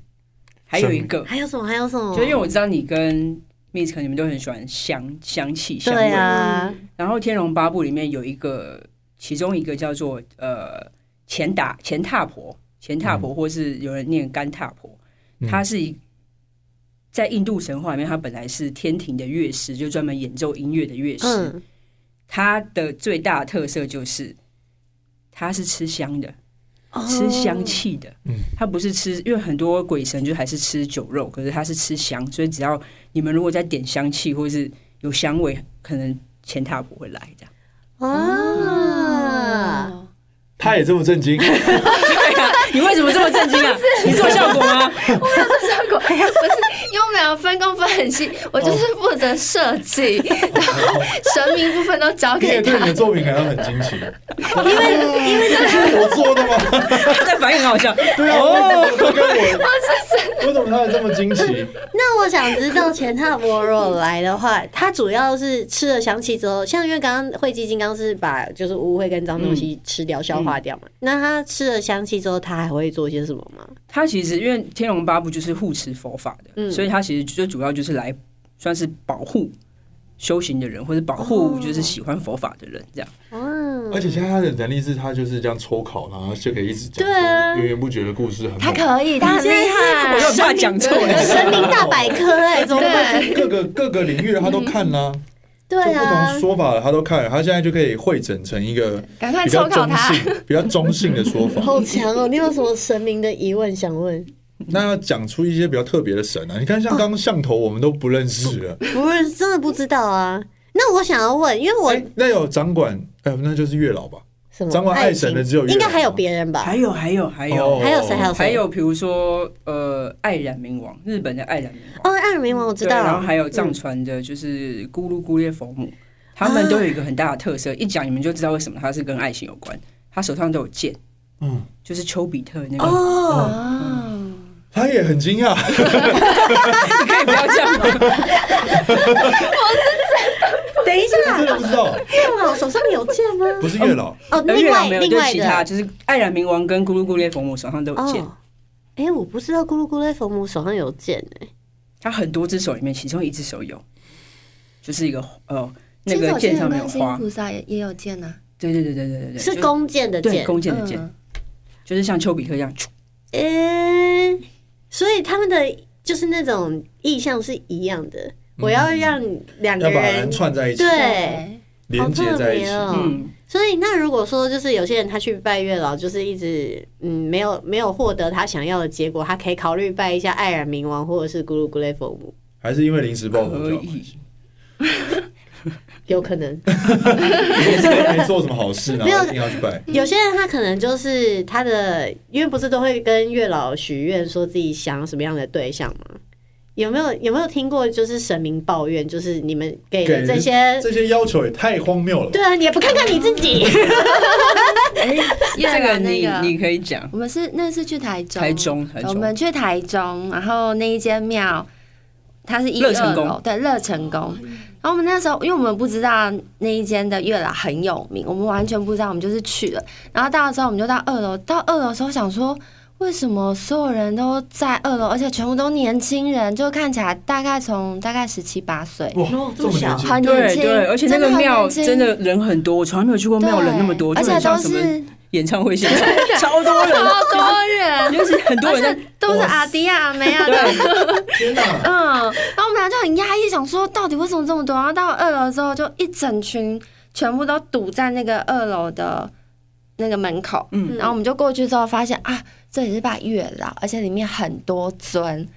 C: 还有一个，
B: 还有什么？还有什么？
C: 就因为我知道你跟 Miss 可能你们都很喜欢香香气香
B: 对
C: 味，
B: 啊，
C: 然后《天龙八部》里面有一个，其中一个叫做呃钱打钱踏婆，钱踏婆，或是有人念甘踏婆，
A: 嗯
C: 她是一在印度神话里面，她本来是天庭的乐师，就专门演奏音乐的乐师。
B: 嗯，
C: 她的最大的特色就是，她是吃香的，吃香气的。
A: 嗯
C: 她不是吃，因为很多鬼神就还是吃酒肉，可是她是吃香，所以只要你们如果在点香气或是有香味，可能钱踏婆会来这样。
B: 哦啊，
E: 哦
A: 他也这么震惊，
C: 你为什么这么震惊 啊？你做效果吗？
E: 效 果哎不是，因为我们两个分工分很细，我就是负责设计， 然后神明部分都交
A: 你也
E: 给
A: 对你
E: 他
A: 的。作品感到很惊奇，因为因为这是我做的吗？
C: 他的反应很好笑。
A: 对啊，我都跟 我，为什么他也这么惊奇？
B: 那我想知道钱踏波如果来的话，它主要是吃了香气之后，像因为刚刚惠基金刚是把就是污秽跟脏东西吃掉、消化掉嘛，那它吃了香气之后，它还会做些什么吗？
C: 他其实因为《天龙八部》就是护持佛法的，
B: 嗯
C: 所以他其实最主要就是来算是保护修行的人，或者保
B: 哦
C: 护就是喜欢佛法的人这样。
B: 嗯，
A: 而且现在他的能力是他就是这样抽考，然后就可以一直讲出
B: 对啊
A: 源源不绝的故事，很
E: 他
A: 猛
E: 可以，他很厉害。
C: 我又怕讲错了。
B: 神明大百科哎、怎么办？
E: 对，
A: 各个各个领域的他都看啦、
B: 对
A: 就不
B: 啊
A: 同，说法的他都看了，他现在就可以汇整成一个
E: 赶快
A: 比
E: 抽
A: 较
E: 考
A: 中
E: 他。
A: 性、比较中性的说 法。
B: 好强哦！你有什么神明的疑问想问？
A: 那要讲出一些比较特别的神啊！你看，像刚刚象头我们都不认识 了，
B: 不是真的不知道啊。那我想要问，因为我
A: 哎那有掌管，哎，那就是月老吧？
B: 什么
A: 彰化爱神的只有月
B: 应该
A: 老
B: 还有
A: 吗
B: 别人吧？
C: 还有还有还有、
A: 哦
B: 还有谁？还有谁？
C: 还有，比如说呃，爱染冥王，日本的爱染冥王，
B: 哦，爱尔明王我知
C: 对，然
B: 道，
C: 后
B: 嗯
C: 还有藏传的，就是咕噜咕咧佛母，
B: 啊
C: 他们都有一个很大的特色，一讲你们就知道为什么它是跟爱情有关。他手上都有剑，
A: 嗯，
C: 就是丘比特那个。
B: 哦，
E: 哦，
A: 他也很惊 讶，
C: 你 可以不要这样吗？
B: 等一
A: 他
B: 下
A: 真，的不知道，
B: 月老手上有剑吗？
A: 不是月老，
B: 哦，
C: 呃
B: 另
C: 月亮
B: 外
C: 没有，
B: 另
C: 就
B: 外
C: 其他
B: 的
C: 就是爱染冥王跟咕噜咕咧佛母手上都有剑，
B: 哦，哎，我不知道咕噜咕噜佛母手上有剑哎，
C: 他很多只手里面，其中一只手有，就是一个呃那
E: 其实
C: 个
E: 我记
C: 剑
E: 得
C: 上面有
E: 观世音
C: 花，
E: 菩萨也也有剑呐，
C: 对对对对对对对，
B: 是
C: 就
B: 弓箭的
C: 对
B: 箭，
C: 弓箭的
E: 嗯
C: 箭，就是像丘比特一样，
B: 哎，所以他们的就是那种意向是一样的。我要让两
A: 要
B: 个
A: 把
B: 人
A: 人串在一起，
B: 对，
A: 连接在一起。
B: 好特别哦
C: 嗯，
B: 所以，那如果说就是有些人他去拜月老，就是一直嗯没有没有获得他想要的结果，他可以考虑拜一下爱尔冥王或者是咕噜咕嘞佛母，
A: 还是因为临时抱佛
C: 可
A: 脚，
C: 以。
B: 有可能。
A: 没做什么好事，
B: 没
A: 然
B: 有
A: 后一定要去拜。
B: 有些人他可能就是他的，因为不是都会跟月老许愿，说自己想要什么样的对象吗？有没有有没有听过就是神明抱怨，就是你们给的这些，
A: 这些要求也太荒谬了吧。
B: 呃对啊，你也不看看你自己，
E: 哎，月
C: 这
E: 老
C: 个
E: 那
C: 你
E: 个
C: 你可以讲，
E: 我们是那是去台中，
C: 台中台中
E: 我们去台中，然后那一间庙，它是一
C: 乐成
E: 二
C: 宫
E: 楼，对，乐成宫。然后我们那时候，因为我们不知道那一间的月老很有名，我们完全不知道，我们就是去了。然后到了之后，我们就到二楼，到二楼的时候想说。为什么所有人都在二楼，而且全部都年轻人，就看起来大概从大概十七八岁，
A: 哇，这么年轻，
E: 很年
C: 对
E: 轻，
C: 对，而且那
E: 真的
C: 个
E: 很
C: 庙
E: 年轻
C: 真的人很多，我从来没有去过庙人那么多，
E: 对
C: 就
E: 而且
C: 很
E: 都
C: 像什么
E: 是
C: 演唱会现场， 超多人，
E: 好多人，
C: 就是很多
E: 而
C: 人在
E: 且都是阿迪亚、梅亚的，
A: 天哪！
E: 嗯，然后我们俩就很压抑，想说到底为什么这么多？然后到二楼之后，就一整群全部都堵在那个二楼的那个门口。
C: 嗯
E: 然后我们就过去之后，发现啊，这里是拜月老，而且里面很多尊。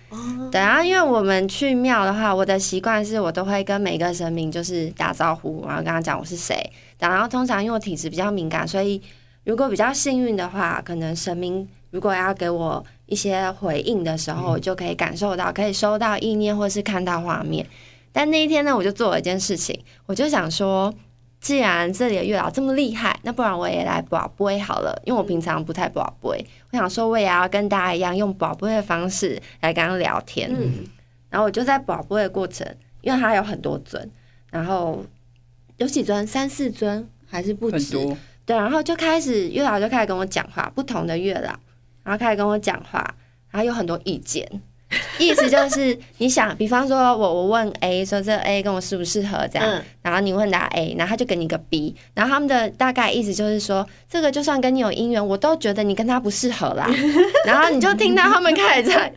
E: 对啊，然后因为我们去庙的话，我的习惯是我都会跟每个神明就是打招呼，然后跟他讲我是谁。然后通常因为我体质比较敏感，所以如果比较幸运的话，可能神明如果要给我一些回应的时候，我就可以感受到，可以收到意念或是看到画面。但那一天呢，我就做了一件事情，我就想说，既然这里的月老这么厉害，那不然我也来卜杯好了，因为我平常不太卜杯，我想说我也要跟大家一样用卜杯的方式来跟他聊天。
B: 嗯，
E: 然后我就在保播的过程，因为它有很多尊，然后有几尊，三四尊还是不
C: 很
E: 止，
C: 多，
E: 对，然后就开始月老就开始跟我讲话，不同的月老，然后开始跟我讲话，然后有很多意 见，意思就是你想，比方说我我问 A 说这 A 跟我适不适合这样，
B: 嗯
E: 然后你问答 A，然后他就给你一个 B，然后他们的大概意思就是说，这个就算跟你有姻缘，我都觉得你跟他不适合啦。然后你就听到他们开始在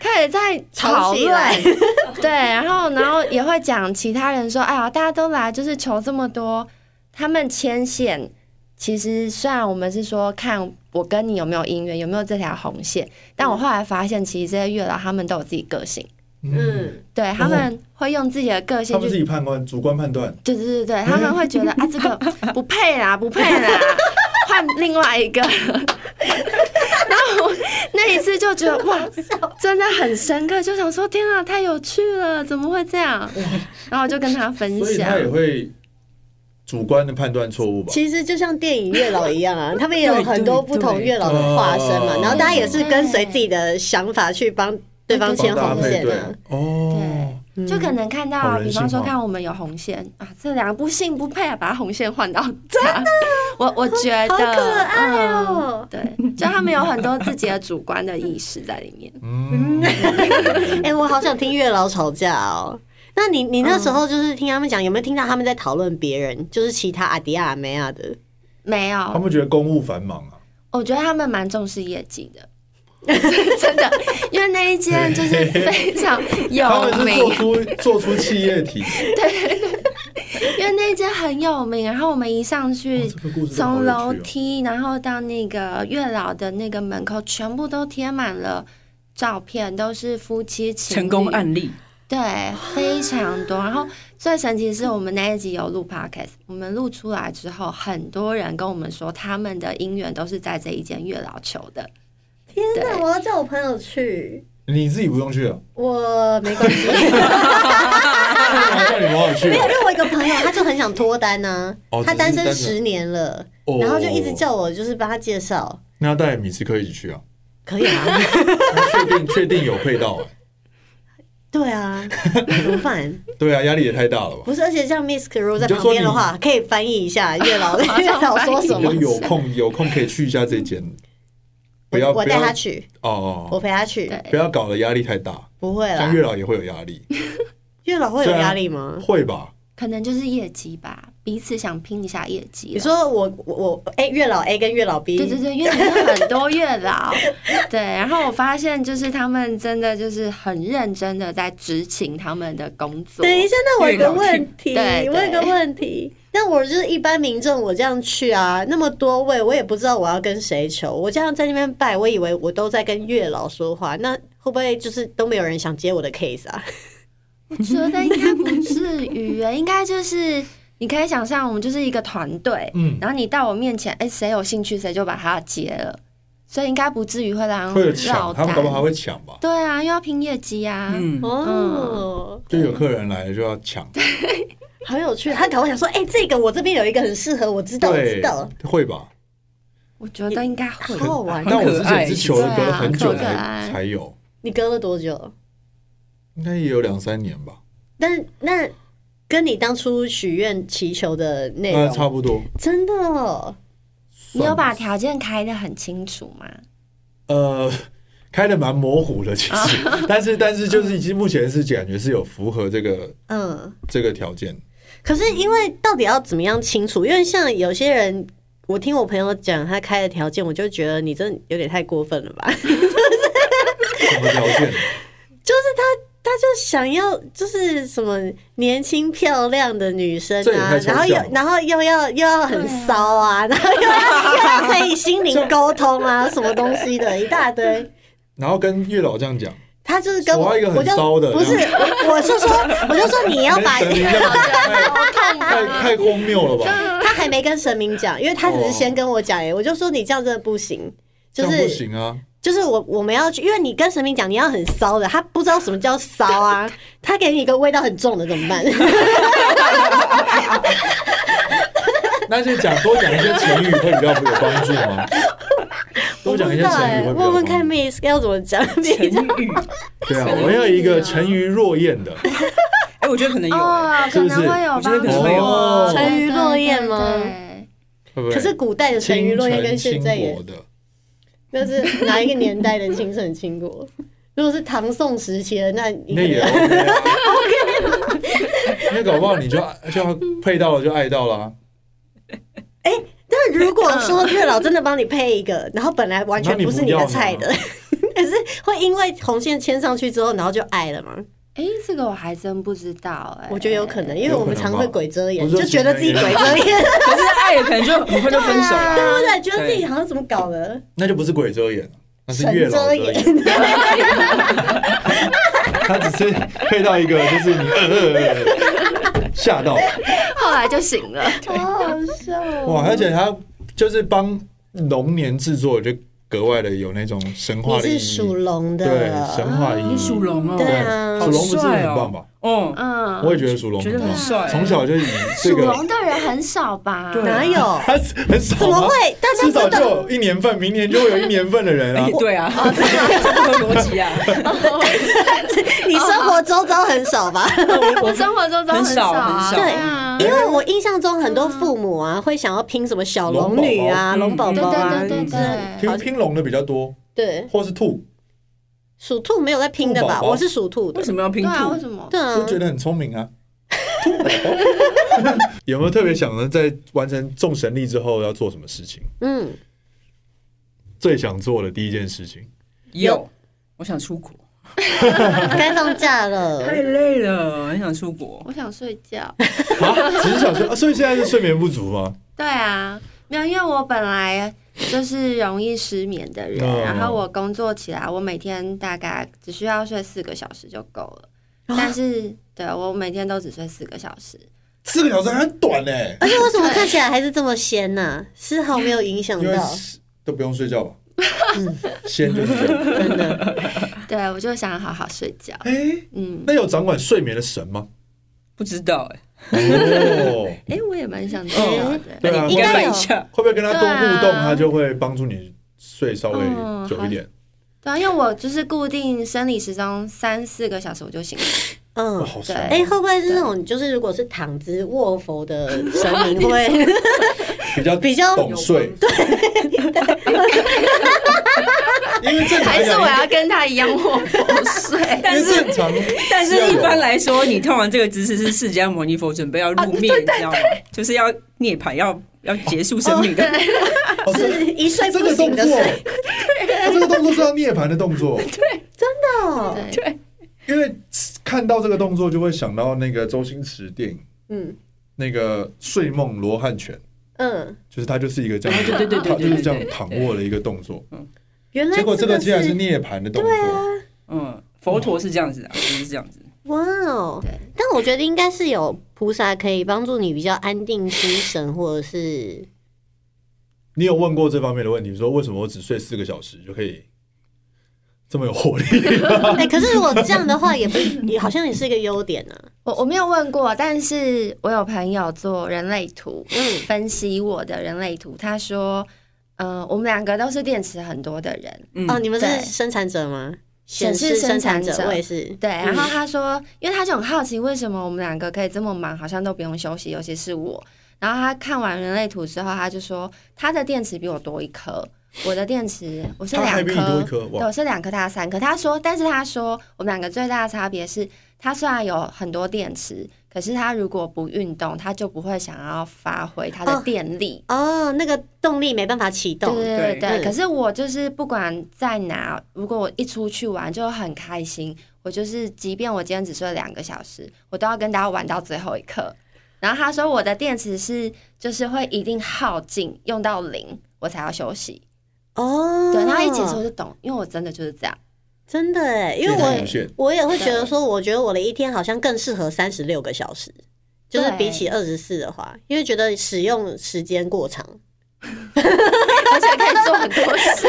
E: 开始在
B: 吵
E: 讨
B: 起
E: 论
B: 来，
E: 对，然后然后也会讲其他人说，哎呀，大家都来就是求这么多，他们牵线。其实虽然我们是说看我跟你有没有姻缘，有没有这条红线，但我后来发现，其实这些月老他们都有自己个性，
A: 嗯，
B: 嗯，
E: 对他们会用自己的个
A: 他
E: 性
A: 们自
E: 去，
A: 己判断，主观判断，
E: 对对对对，他们会觉 得啊这个不配啦，不配啦，换另 外一个。然后我那一次就觉得哇，真的很深刻，就想说天啊，太有趣了，怎么会 这样？然后我就跟他分
A: 所以
E: 享
A: 他，也会主观的判断错误吧？
B: 其实就像电影月老一 样啊，他们也有很多不同月老的化身
A: 对对
B: 嘛，
A: 对嗯
B: 然后大家也是跟随自己的想法去帮对方牵
A: 帮大家
B: 红
A: 配
B: 线
A: 对
B: 啊，
A: 哦，
B: 嗯
E: 就可能看
A: 好
E: 到，
A: 人
E: 比
A: 性
E: 方说
A: 化
E: 看我们有红线啊，这两个不信不配啊，把红线换到真的，我我觉得
B: 好可爱
E: 嗯
B: 哦。
E: 对，就他们有很多自己的主观的意识在里面。
A: 嗯，
B: 哎、我好想听月老吵架哦。那你你那时
A: 嗯
B: 候就是听他们讲，有没有听到他们在讨论别人，就是其他阿迪亚、阿梅亚啊的？
E: 没
A: 他
E: 有，
A: 们觉得公务繁忙啊，
E: 我觉得他们蛮重视业绩的， 真的，因为那一间就是非常
A: 他
B: 啊
E: 有
A: 们是
E: 名，
A: 做出做出企业体，
E: 因为那一间很有名。然后我们一上
A: 哇
E: 去
A: 哦这个故事真的好
E: 从
A: 有
E: 楼
A: 趣哦
E: 梯，然后到那个月老的那个门口，全部都贴满了照片，都是夫妻情侣
C: 成功案例，
E: 对，非常多。然后最神奇的是，我们那一集有录 podcast，我们录出来之后，很多人跟我们说，他们的姻缘都是在这一间月老求的。
B: 天哪！
E: 对
B: 我要叫我朋友去，
A: 你自己不用去啊了，
B: 我没关系。
A: 我叫你朋友去
B: 没。有，因为我有一个朋友，他就很想脱单呢、
A: 哦
B: 他单
A: 只是
B: 身
A: 单身
B: 十年了，
A: 哦
B: 然后就一直叫我，就是帮他介绍，
A: 那要带米斯科一起去啊？
B: 可以啊，
A: 确定确定有配到欸？
B: 对啊，怎么办？
A: 对啊，压力也太大了吧？
B: 不是，而且像 Miss Crew 在
A: 你就
B: 旁
A: 说
B: 边的话，可以翻译一 下月老月老说什
A: 你
B: 么
A: 就，有空有空可以去一下这间，不要
B: 我我
A: 不
B: 带
A: 要
B: 他去，
A: 哦
B: 我
A: 哦，
B: 陪他去，
E: 对
A: 不要搞得压力太大，
B: 不会啦
A: 像。月老也会有压力，
B: 月老会有
A: 虽然
B: 压力吗？
A: 会吧？
E: 可能就是业绩吧，彼此想拼一下业绩了。
B: 你说我我我哎，月老 A 跟月老 B，
E: 对对对，因为很多月 老，对，然后我发现就是他们真的就是很认真的在执勤他们的工作。
B: 等一下，那我有个问题，
E: 月老听对
B: 我有个问题。那我就是一般民众，我这样去啊，那么多位，我也不知道我要跟谁求。我这样在那边拜，我以为我都在跟月老说话，那会不会就是都没有人想接我的 case 啊？
E: 我觉得应该不至于，应该就是你可以想象，我们就是一个团队，
A: 嗯，
E: 然后你到我面前，哎，谁有兴趣谁就把他接了，所以应该不至于会让
A: 会有
E: 绕
A: 抢，他们搞不好还
E: 单。
A: 会抢吧？
E: 对啊，又要拼业绩啊。
C: 嗯，
B: 哦，
A: 嗯就有客人来就要抢，
B: 好有趣。他搞我想说，哎、这个我这边有一个很适合，我知道，我知
A: 对
B: 道，，
A: 会吧？
E: 我觉得应该会
B: 好。好玩。
A: 但我之前是求了
E: 对
A: 隔
E: 啊
A: 很久
E: 很可爱
A: 才才有，
B: 你隔了多久？
A: 应该也有两三年吧，
B: 但那跟你当初许愿祈求的内
A: 那
B: 容，
A: 差不多。
B: 真的哦，
E: 你有
A: 算
E: 把
A: 吧
E: 条件开的很清楚吗？
A: 呃，开的蛮模糊的，其实，但是但是就是已经目前是感觉是有符合这个
B: 嗯。
A: 这个条件，
B: 可是因为到底要怎么样清楚？因为像有些人，我听我朋友讲他开的条件，我就觉得你真的有点太过分了吧？
A: 什么条件？
B: 他就想要就是什么年轻漂亮的女生
A: 这也
B: 啊
A: 太，抽
B: 然后又
A: 象了
B: 然后又要又要很 骚啊，然后又要又要可以心灵沟通啊， 什么东西的一大堆。
A: 然后跟月老这样讲，
B: 他就是跟我，
A: 我要一个很
B: 我就
A: 骚的
B: 不是，
A: 这
B: 我我是说，我就说你要
A: 跟
B: 把
A: 神明这样讲，
E: 啊
A: 太太太荒谬了吧？
B: 他还没跟神明讲，因为他只是先跟我讲，哎，我就说你这样真的不行，
A: 哦这
B: 就
A: 样不
B: 是
A: 行啊！
B: 就是我我们要去，因为你跟神明讲你要很骚的，他不知道什么叫骚啊，他给你一个味道很重的怎么办？
A: 那就讲多讲一些成语会比较有帮助吗？多讲一些成语会比较有
B: 欸问
A: 帮
B: 问看
A: 助。
B: Miss 要怎么讲 比较
C: 成语，
A: 对啊，我要一个沉鱼落雁的，
C: 哎，我觉得可能有哎，
E: 哦，
A: 是
E: 可
A: 不是
E: 能会有
C: 我觉得可能
E: 帮
C: 会有
E: 助哦
A: 沉
B: 鱼落雁吗
E: 对对对
A: 会不会？
B: 可是古代的沉鱼落雁跟现在
A: 清
B: 也
A: 晨，轻薄的，
B: 那是哪一个年代的清盛清国？如果是唐宋时期的，那你
A: 那也 OK 啊。 因为搞不好你就就要配到了就爱到了啊，
B: 但如果说月老真的帮你配一个，然后本来完全
A: 那你
B: 不
A: 不
B: 是你
A: 要
B: 的
A: 呢
B: 菜的，
A: 嗯
B: 但是会因为红线牵上去之后，然后就爱了吗？
E: 哎，这个我还真不知道哎。
B: 我觉得有可能，因为
A: 有
B: 我们
A: 可能
B: 常会
A: 吧
B: 鬼遮眼，
A: 不
B: 就是觉得自己
A: 情
B: 鬼
A: 人
B: 遮眼，
C: 可是爱了可 能就很快就分手 了，
B: 对不对？觉得自己好像怎么搞的，
A: 那就不是鬼遮眼了，那是月
B: 神
A: 老
B: 遮
A: 遮眼。
B: 眼。
E: 啊
A: 他只是配到一个，就是你呃呃呃呃吓 到
E: 后来就醒了。
B: 好好笑哦！
A: 哇！而且他就是帮龙年制作，就格外的有那种神话
B: 你
A: 的意
B: 是
A: 义，
B: 属龙
A: 对神
B: 的，
A: 话意义。
C: 你属龙哦，
B: 对
A: 对
B: 啊
A: 属龙不是
C: 好帅
A: 很
C: 哦
A: 棒吧？
C: 哦，
E: 嗯，
A: 我也觉得属龙
C: 觉得
A: 棒
C: 很帅，
A: 从小就以这
E: 属
A: 个
E: 龙的人很少吧？
C: 对
B: 哪有？
A: 他 很少吗
B: 怎么会？大
A: 至
B: 家
A: 少
B: 真
A: 就
B: 的
A: 有一年份，明年就会有一年份的人啊
C: 哎。对啊，
E: 哦
C: 这个逻辑 啊，
B: 你生活周遭很少吧？
A: 哦
E: 我生活中都少啊，
C: 很少很少
E: 对啊，
B: 因为我印象中很多父母啊会想要拼什么小龙女啊、龙
C: 龙
B: 宝
C: 宝宝
B: 宝
A: 嗯
B: 啊，
E: 对对对对对，
A: 拼拼龙的比较多，
B: 对，
A: 或是兔，
B: 属兔没有在拼的
A: 兔
B: 吧？
A: 宝宝
B: 我是属兔的
C: 为，什么要拼
E: 对啊，为
C: 兔？
E: 什么？
B: 对啊
A: 就，觉得很聪明啊。兔 宝宝有没有特别想的，在完成众神力之后要做什么事情？
B: 嗯，
A: 最想做的第一件事情？
C: 有，我想出国，
B: 该放假 了。
C: 太累了，很想出国。
E: 我想睡觉。
A: 啊，只是想睡、啊，所以现在是睡眠不足吗？
E: 对啊，没有，因为我本来就是容易失眠的人，
A: 哦
E: 然后我工作起来，我每天大概只需要睡四个小时就够了。但是对我每天都只睡四个小时，
A: 四个小时还很短嘞，
B: 而且为什么看起来还是这么鲜呢、丝毫没有影响
A: 因为
B: 到，
A: 都不用睡觉吧？先就是这样。
B: 真的。
E: 对我就想好好睡觉。
A: 哎，
E: 嗯，
A: 那有掌管睡眠的神 吗？
C: 不知道哎、
A: 哦，
E: 哎、我也蛮想知道的。
A: 对啊，
C: 你
A: 会
C: 应该
A: 不
C: 买
A: 会
C: 一下。
A: 会不会跟他多互
E: 对
A: 动，
E: 啊
A: 他就会帮助你睡稍微
E: 嗯
A: 久一点？
E: 对啊，因为我就是固定生理时钟三四个小时我就醒了。
B: 嗯
A: 哇，，好哦爽！
E: 对
B: 哎、会不会是那种就是如果是躺姿卧佛的神 明，会不会
A: 比较
B: 比较
A: 懂睡，因为正常
E: 还
A: 来
E: 是
A: 讲
E: 我要跟他一样卧佛睡？
A: 因为正常，
C: 但是一般来说，你通完这个姿势是释迦牟尼佛准备要入灭，你知道吗？就是要涅槃，要要结束生命的。
A: 哦这
B: 是一睡
A: 这
B: 不
A: 个
B: 醒
A: 动
B: 的
A: 作
B: 睡？，
A: 他这个动作是要涅槃的动作，
B: 哦
E: 对，
A: 因为看到这个动作就会想到那个周星驰电影
B: 嗯
A: 那个《睡梦罗汉拳》，
B: 嗯，
A: 就是他就是一个这样，
C: 对对对对
A: 他就是这
C: 对对
A: 样躺卧的一个动作，
B: 原来
A: 结果这
B: 真
A: 个
B: 的
A: 竟然是
B: 是
A: 涅槃的动作，
C: 嗯，佛陀是这样子的、啊，就是这样子。
B: 哇哦
E: 对！
B: 但我觉得应该是有菩萨可以帮助你比较安定心神，或者 是
A: 你有问过这方面的问题，说为什么我只睡四个小时就可以这么有活力？
B: 哎、可是如果这样的话，也不也好像也是一个优点啊呢、
E: 我我没有问过，但是我有朋友做人类图，
B: 嗯
E: 分析我的人类图，他说，呃，我们两个都是电池很多的人，
C: 嗯，
B: 哦，你们是
E: 对
B: 生产者吗？
E: 显
B: 显
E: 示
B: 示生
E: 生
B: 产
E: 产者
B: 我也是。
E: 对。然后
B: 嗯
E: 他说，因为他就很好奇，为什么我们两个可以这么忙，好像都不用休息，尤其是我。然后他看完人类图之后，他就说，他的电池比我多一颗，我的电池我是
A: 他还
E: 两
A: 比你多一
E: 颗。
A: 颗
E: 对，
A: 哇！
E: 我是两颗，他三颗。他说，但是他说我们两个最大的差别是，他虽然有很多电池，可是他如果不运动，他就不会想要发挥他
B: 哦
E: 的电力。
B: 哦，那个动力没办法启动，
E: 对对对
C: 对
E: 对。
B: 嗯
E: 可是我就是不管在哪，如果我一出去玩就很开心。我就是，即便我今天只睡两个小时，我都要跟大家玩到最后一刻。然后他说我的电池是就是会一定耗尽，用到零我才要休息。
B: 哦，
E: 对，然后一解释我就懂，因为我真的就是这样。
B: 真的哎，因为
A: 电
B: 我
A: 无限，
B: 我也会觉得说，我觉得我的一天好像更适合三十六个小时，就是比起二十四的话，因为觉得使用时间过长，
E: 而且可以做很多事。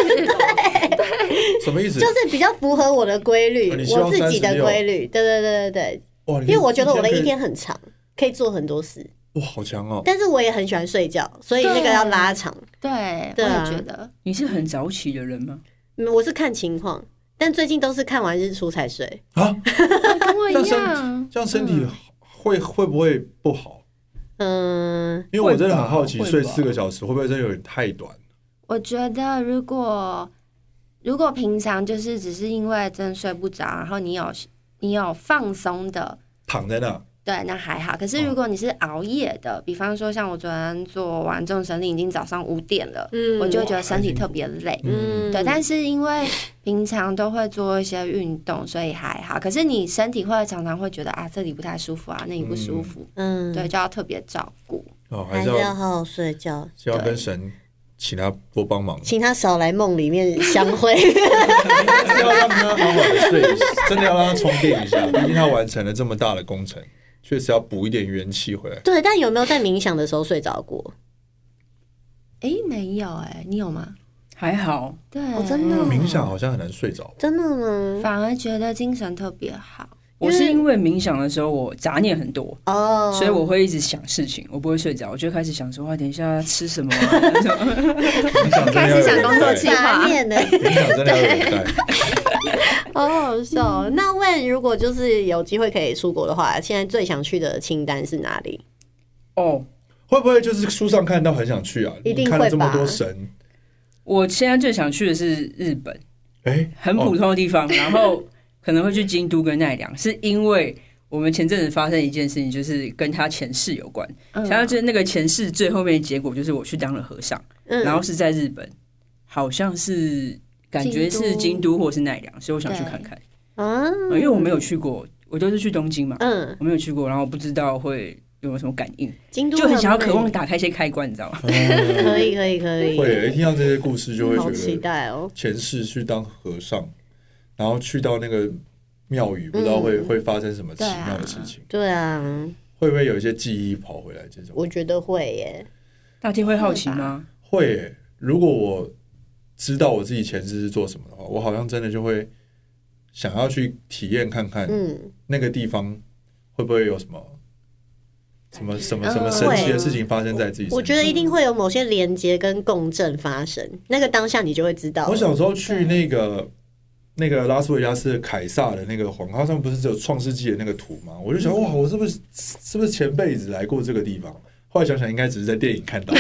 A: 什么意思？
B: 就是比较符合我的规律
A: 啊你，希望
B: 我自己的
A: 36
B: 规律。对对对对对，
A: 哇！
B: 因为我觉得我的一
A: 可以
B: 天很长，可以做很多事，
A: 哇，好强哦！
B: 但是我也很喜欢睡觉，所以那个
E: 对啊
B: 要拉长。
E: 对，
B: 对啊
E: 我也觉得。
C: 你是很早起的人吗？
B: 嗯我是看情况，但最近都是看完日出才睡。
A: 啊，
E: 跟我
A: 但
E: 一
A: 身
E: 样，
A: 这样身体会会不会不好？
B: 嗯，
A: 因为我真的很好
C: 会
A: 奇，
C: 吧
A: 睡四个小时会不会真的有点太短？
E: 我觉得如果如果平常就是只是因为真的睡不着，然后你有你有放松的，
A: 躺在那，
E: 对，那还好。可是
B: 嗯
E: 如果你是熬夜的，比方说像我昨天做完众神力已经早上五点了，
B: 嗯
E: 我就会觉得身体特别累。
A: 嗯，
E: 对，但是因为平常都会做一些运动，所以还好。可是你身体会常常会觉得啊，这里不太舒服啊，那里不舒服，
B: 嗯，
E: 对，，就要特别照顾。
A: 哦，还
B: 还
A: 是
B: 是要
A: 要
B: 好好睡觉。
A: 是要跟神请他多帮忙，
B: 请他少来梦里面相 会。
A: 要让他好好的睡，真的要让他充电一下。毕竟他完成了这么大的工程，确实要补一点元气回来。
B: 对，但有没有在冥想的时候睡着过？
E: 诶，没有诶，你有吗？
C: 还好，
E: 对，
B: 哦真
C: 嗯
B: 的哦
A: 冥想好像很难睡着，
B: 真的吗？
E: 反而觉得精神特别好。
C: 我是因为冥想的时候我杂念很多，
B: 哦，
C: 所以我会一直想事情，我不会睡着，我就开始想说，哇，等一下吃什么、啊？
A: 冥想真的
E: 开
A: 要
E: 始想
A: 有
E: 工
A: 人
E: 作
A: 带
E: 计划
B: 杂念呢，
A: 冥想真的要有人带。
B: 好好笑
A: 嗯
B: 哦。那问，如果就是有机会可以出国的话，现在最想去的清单是哪里？
C: 哦，
A: 会不会就是书上看到很想去啊？
B: 一定
A: 你看了
B: 会
A: 这么
B: 吧
A: 多神，
C: 我现在最想去的是日本，
A: 哎，
C: 很普通的地方，然后可能会去京都跟奈良，是因为我们前阵子发生一件事情，就是跟他前世有关。
E: 嗯
C: 想要就是那个前世最后面的结果，就是我去当了和尚，
B: 嗯，
C: 然后是在日本，好像是感觉是京
E: 京
C: 都或是奈良，所以我想去看看，
B: 啊，
C: 呃因为我没有去过，我都是去东京嘛，
B: 嗯，
C: 我没有去过，然后我不知道会有没有什么感应，
B: 京都
C: 就很想要
B: 美
C: 渴望打开一些开关，你知道吗？
A: 嗯
B: 可以可以可以，
A: 会一听到这些故事就会
B: 好
A: 觉
B: 期
A: 得
B: 待哦。
A: 前世去当和尚，然后去到那个庙宇，不知道会、
B: 嗯
A: 会发生什么奇妙的事情，
B: 对啊，
A: 会不会有一些记忆跑回来？这种
B: 我觉得会耶。
C: 大天会好奇吗？
A: 会耶、如果我知道我自己前世是做什么的话，我好像真的就会想要去体验看看
B: 嗯，
A: 那个地方会不会有什么。什么什么什么
E: 嗯
A: 神奇的
B: 呃会
A: 事情发生在自己身上？
B: 我觉得一定会有某些连接跟共振发生，那个当下你就会知道了。
A: 我小时候去那个那个拉斯维加斯凯撒的那个皇，它上面不是只有创世纪的那个图吗？我就想，哇，我是不是是不是前辈子来过这个地方？后来想想，应该只是在电影看到。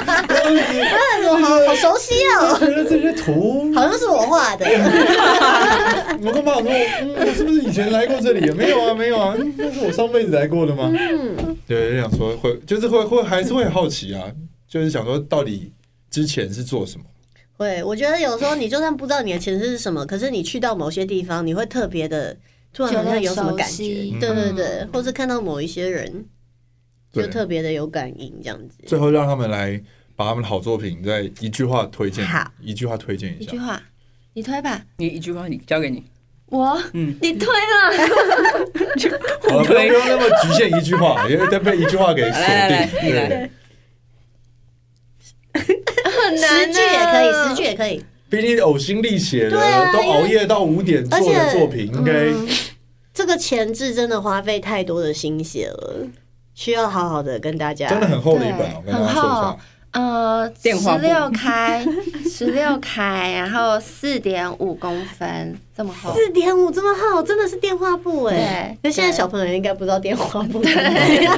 B: 我好好熟悉哦，
A: 觉得这些图，
B: 好像是我画的。
A: 我跟爸爸说，嗯我是不是以前来过这里？没有啊，没有啊，嗯那是我上辈子来过的吗？
B: 嗯
A: 对，就想说会，就是会会还是会好奇啊，就是想说到底之前是做什么？
B: 会，我觉得有时候你就算不知道你的前世是什么，可是你去到某些地方，你会特别的突然好像有什么感
E: 觉得熟
B: 觉
E: 悉，
B: 对对
E: 嗯
B: 对，或是看到某一些人就
A: 对，
B: 特别的有感应这样子。
A: 最后让他们来把他们的好作品再一句话推荐
B: 好，
A: 一句话推荐一
E: 一
A: 下
E: 句。话，你推吧，
C: 你一句话，你交给你。
E: 我，
C: 嗯
E: 你推了，
A: 好了，不用
C: 推
A: 不用那么局限一句话， 因为再被一句话给锁
C: 来来
A: 定。
C: 来你来
A: 对，
E: 很难啊
B: 十句也可以，十句也可以。
A: 毕竟呕心沥血的
B: 对啊，
A: 都熬夜到五点做
B: 而
A: 的
B: 且嗯
A: 作品，应该
B: 这个前置真的花费太多的心血了，需要好好的跟大家。
A: 真的很厚的一本，我跟大家说一下。
E: 呃，
C: 电话
E: 十
C: 簿
E: 六 开，十六开，然后四点五公分，这么厚，
B: 四点五这么厚，真的是电话簿哎、
E: 对
B: 那现在小朋友应该不知道电话簿。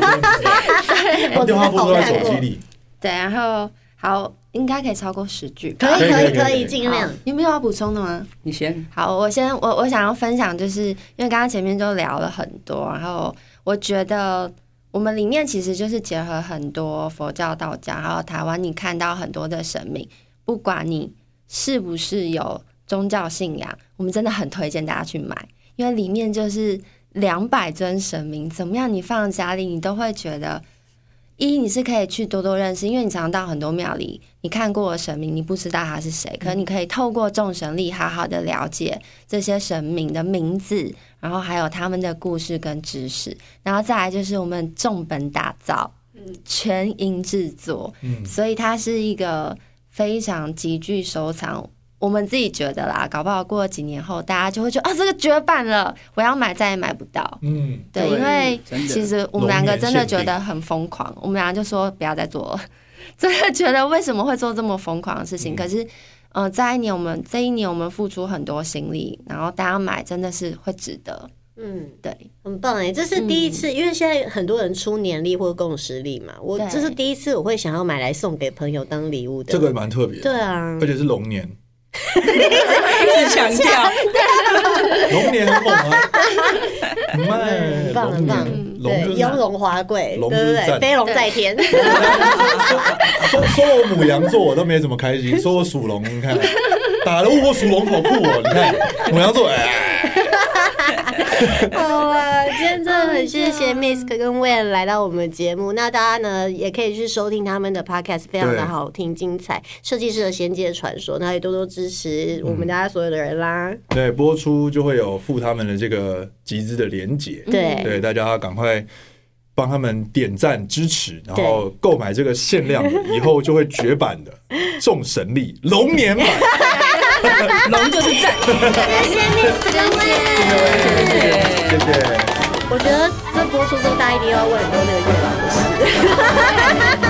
A: 他电话簿都在手机里，
E: 对，然后好，应该可以超过十句吧。
B: 可以
A: 可
B: 可
A: 以
B: 以
A: 可
B: 可
A: 以
B: 以，尽量
E: 好。你们有要补充的吗？
C: 你先，
E: 好，我先我我想要分享，就是因为刚刚前面就聊了很多，然后我觉得我们里面其实就是结合很多佛教、道家，还有台湾你看到很多的神明，不管你是不是有宗教信仰，我们真的很推荐大家去买，因为里面就是两百尊神明，怎么样你放家里，你都会觉得。一你是可以去多多认识，因为你常常到很多庙里，你看过的神明，你不知道他是谁，可你可以透过众神力好好的了解这些神明的名字，然后还有他们的故事跟知识，然后再来就是我们重本打造，全银制作，
A: 嗯，
E: 所以它是一个非常极具收藏。我们自己觉得啦，搞不好过几年后，大家就会觉得啊，这个绝版了，我要买再也买不到。
A: 嗯，
E: 对，因为
C: 真的
E: 其实我们两个真的觉得很疯狂，我们俩就说不要再做了， 真的觉得为什么会做这么疯狂的事情？
A: 嗯
E: 可是，呃，在一年我们这一年我们付出很多心力，然后大家买真的是会值得。
B: 嗯，
E: 对，
B: 很棒哎、这是第一次，因为现在很多人出年历或共识历嘛，我
E: 对
B: 这是第一次我会想要买来送给朋友当礼物的。
A: 这个蛮特别的，
B: 对啊
A: 而，且是龙年，
C: 一直强调，
A: 龙年很猛啊， 卖
B: 很棒
A: 龙
B: 很棒
A: 年，龙
B: 对
A: 就，是
B: 雍容华贵，对
A: 龙
B: 不
A: 就是
B: 对？
A: 赞
B: 飞龙在天，
A: 说说我母羊座，我都没怎么开心。说我属龙，你看，打了我属龙好酷哦！你看，母羊座，哎，
B: 好啊！今天真的很谢谢 Misk 跟 w a n 来到我们节目，那大家呢也可以去收听他们的 Podcast，非常
A: 对
B: 的好听精彩，设计师的衔接传说，那也多多支持我们大家所有的人啦。
A: 对，播出就会有附他们的这个集资的连结，
B: 对，
A: 对，大家赶快帮他们点赞支持，然后购买这个限量的，以后就会绝版的众神力龙年版。
C: 龙就是赞，
B: 谢谢 Misk 跟 w a n
A: 谢谢。
B: 我觉得这播出之后，大家一定要问很多那个月老的事。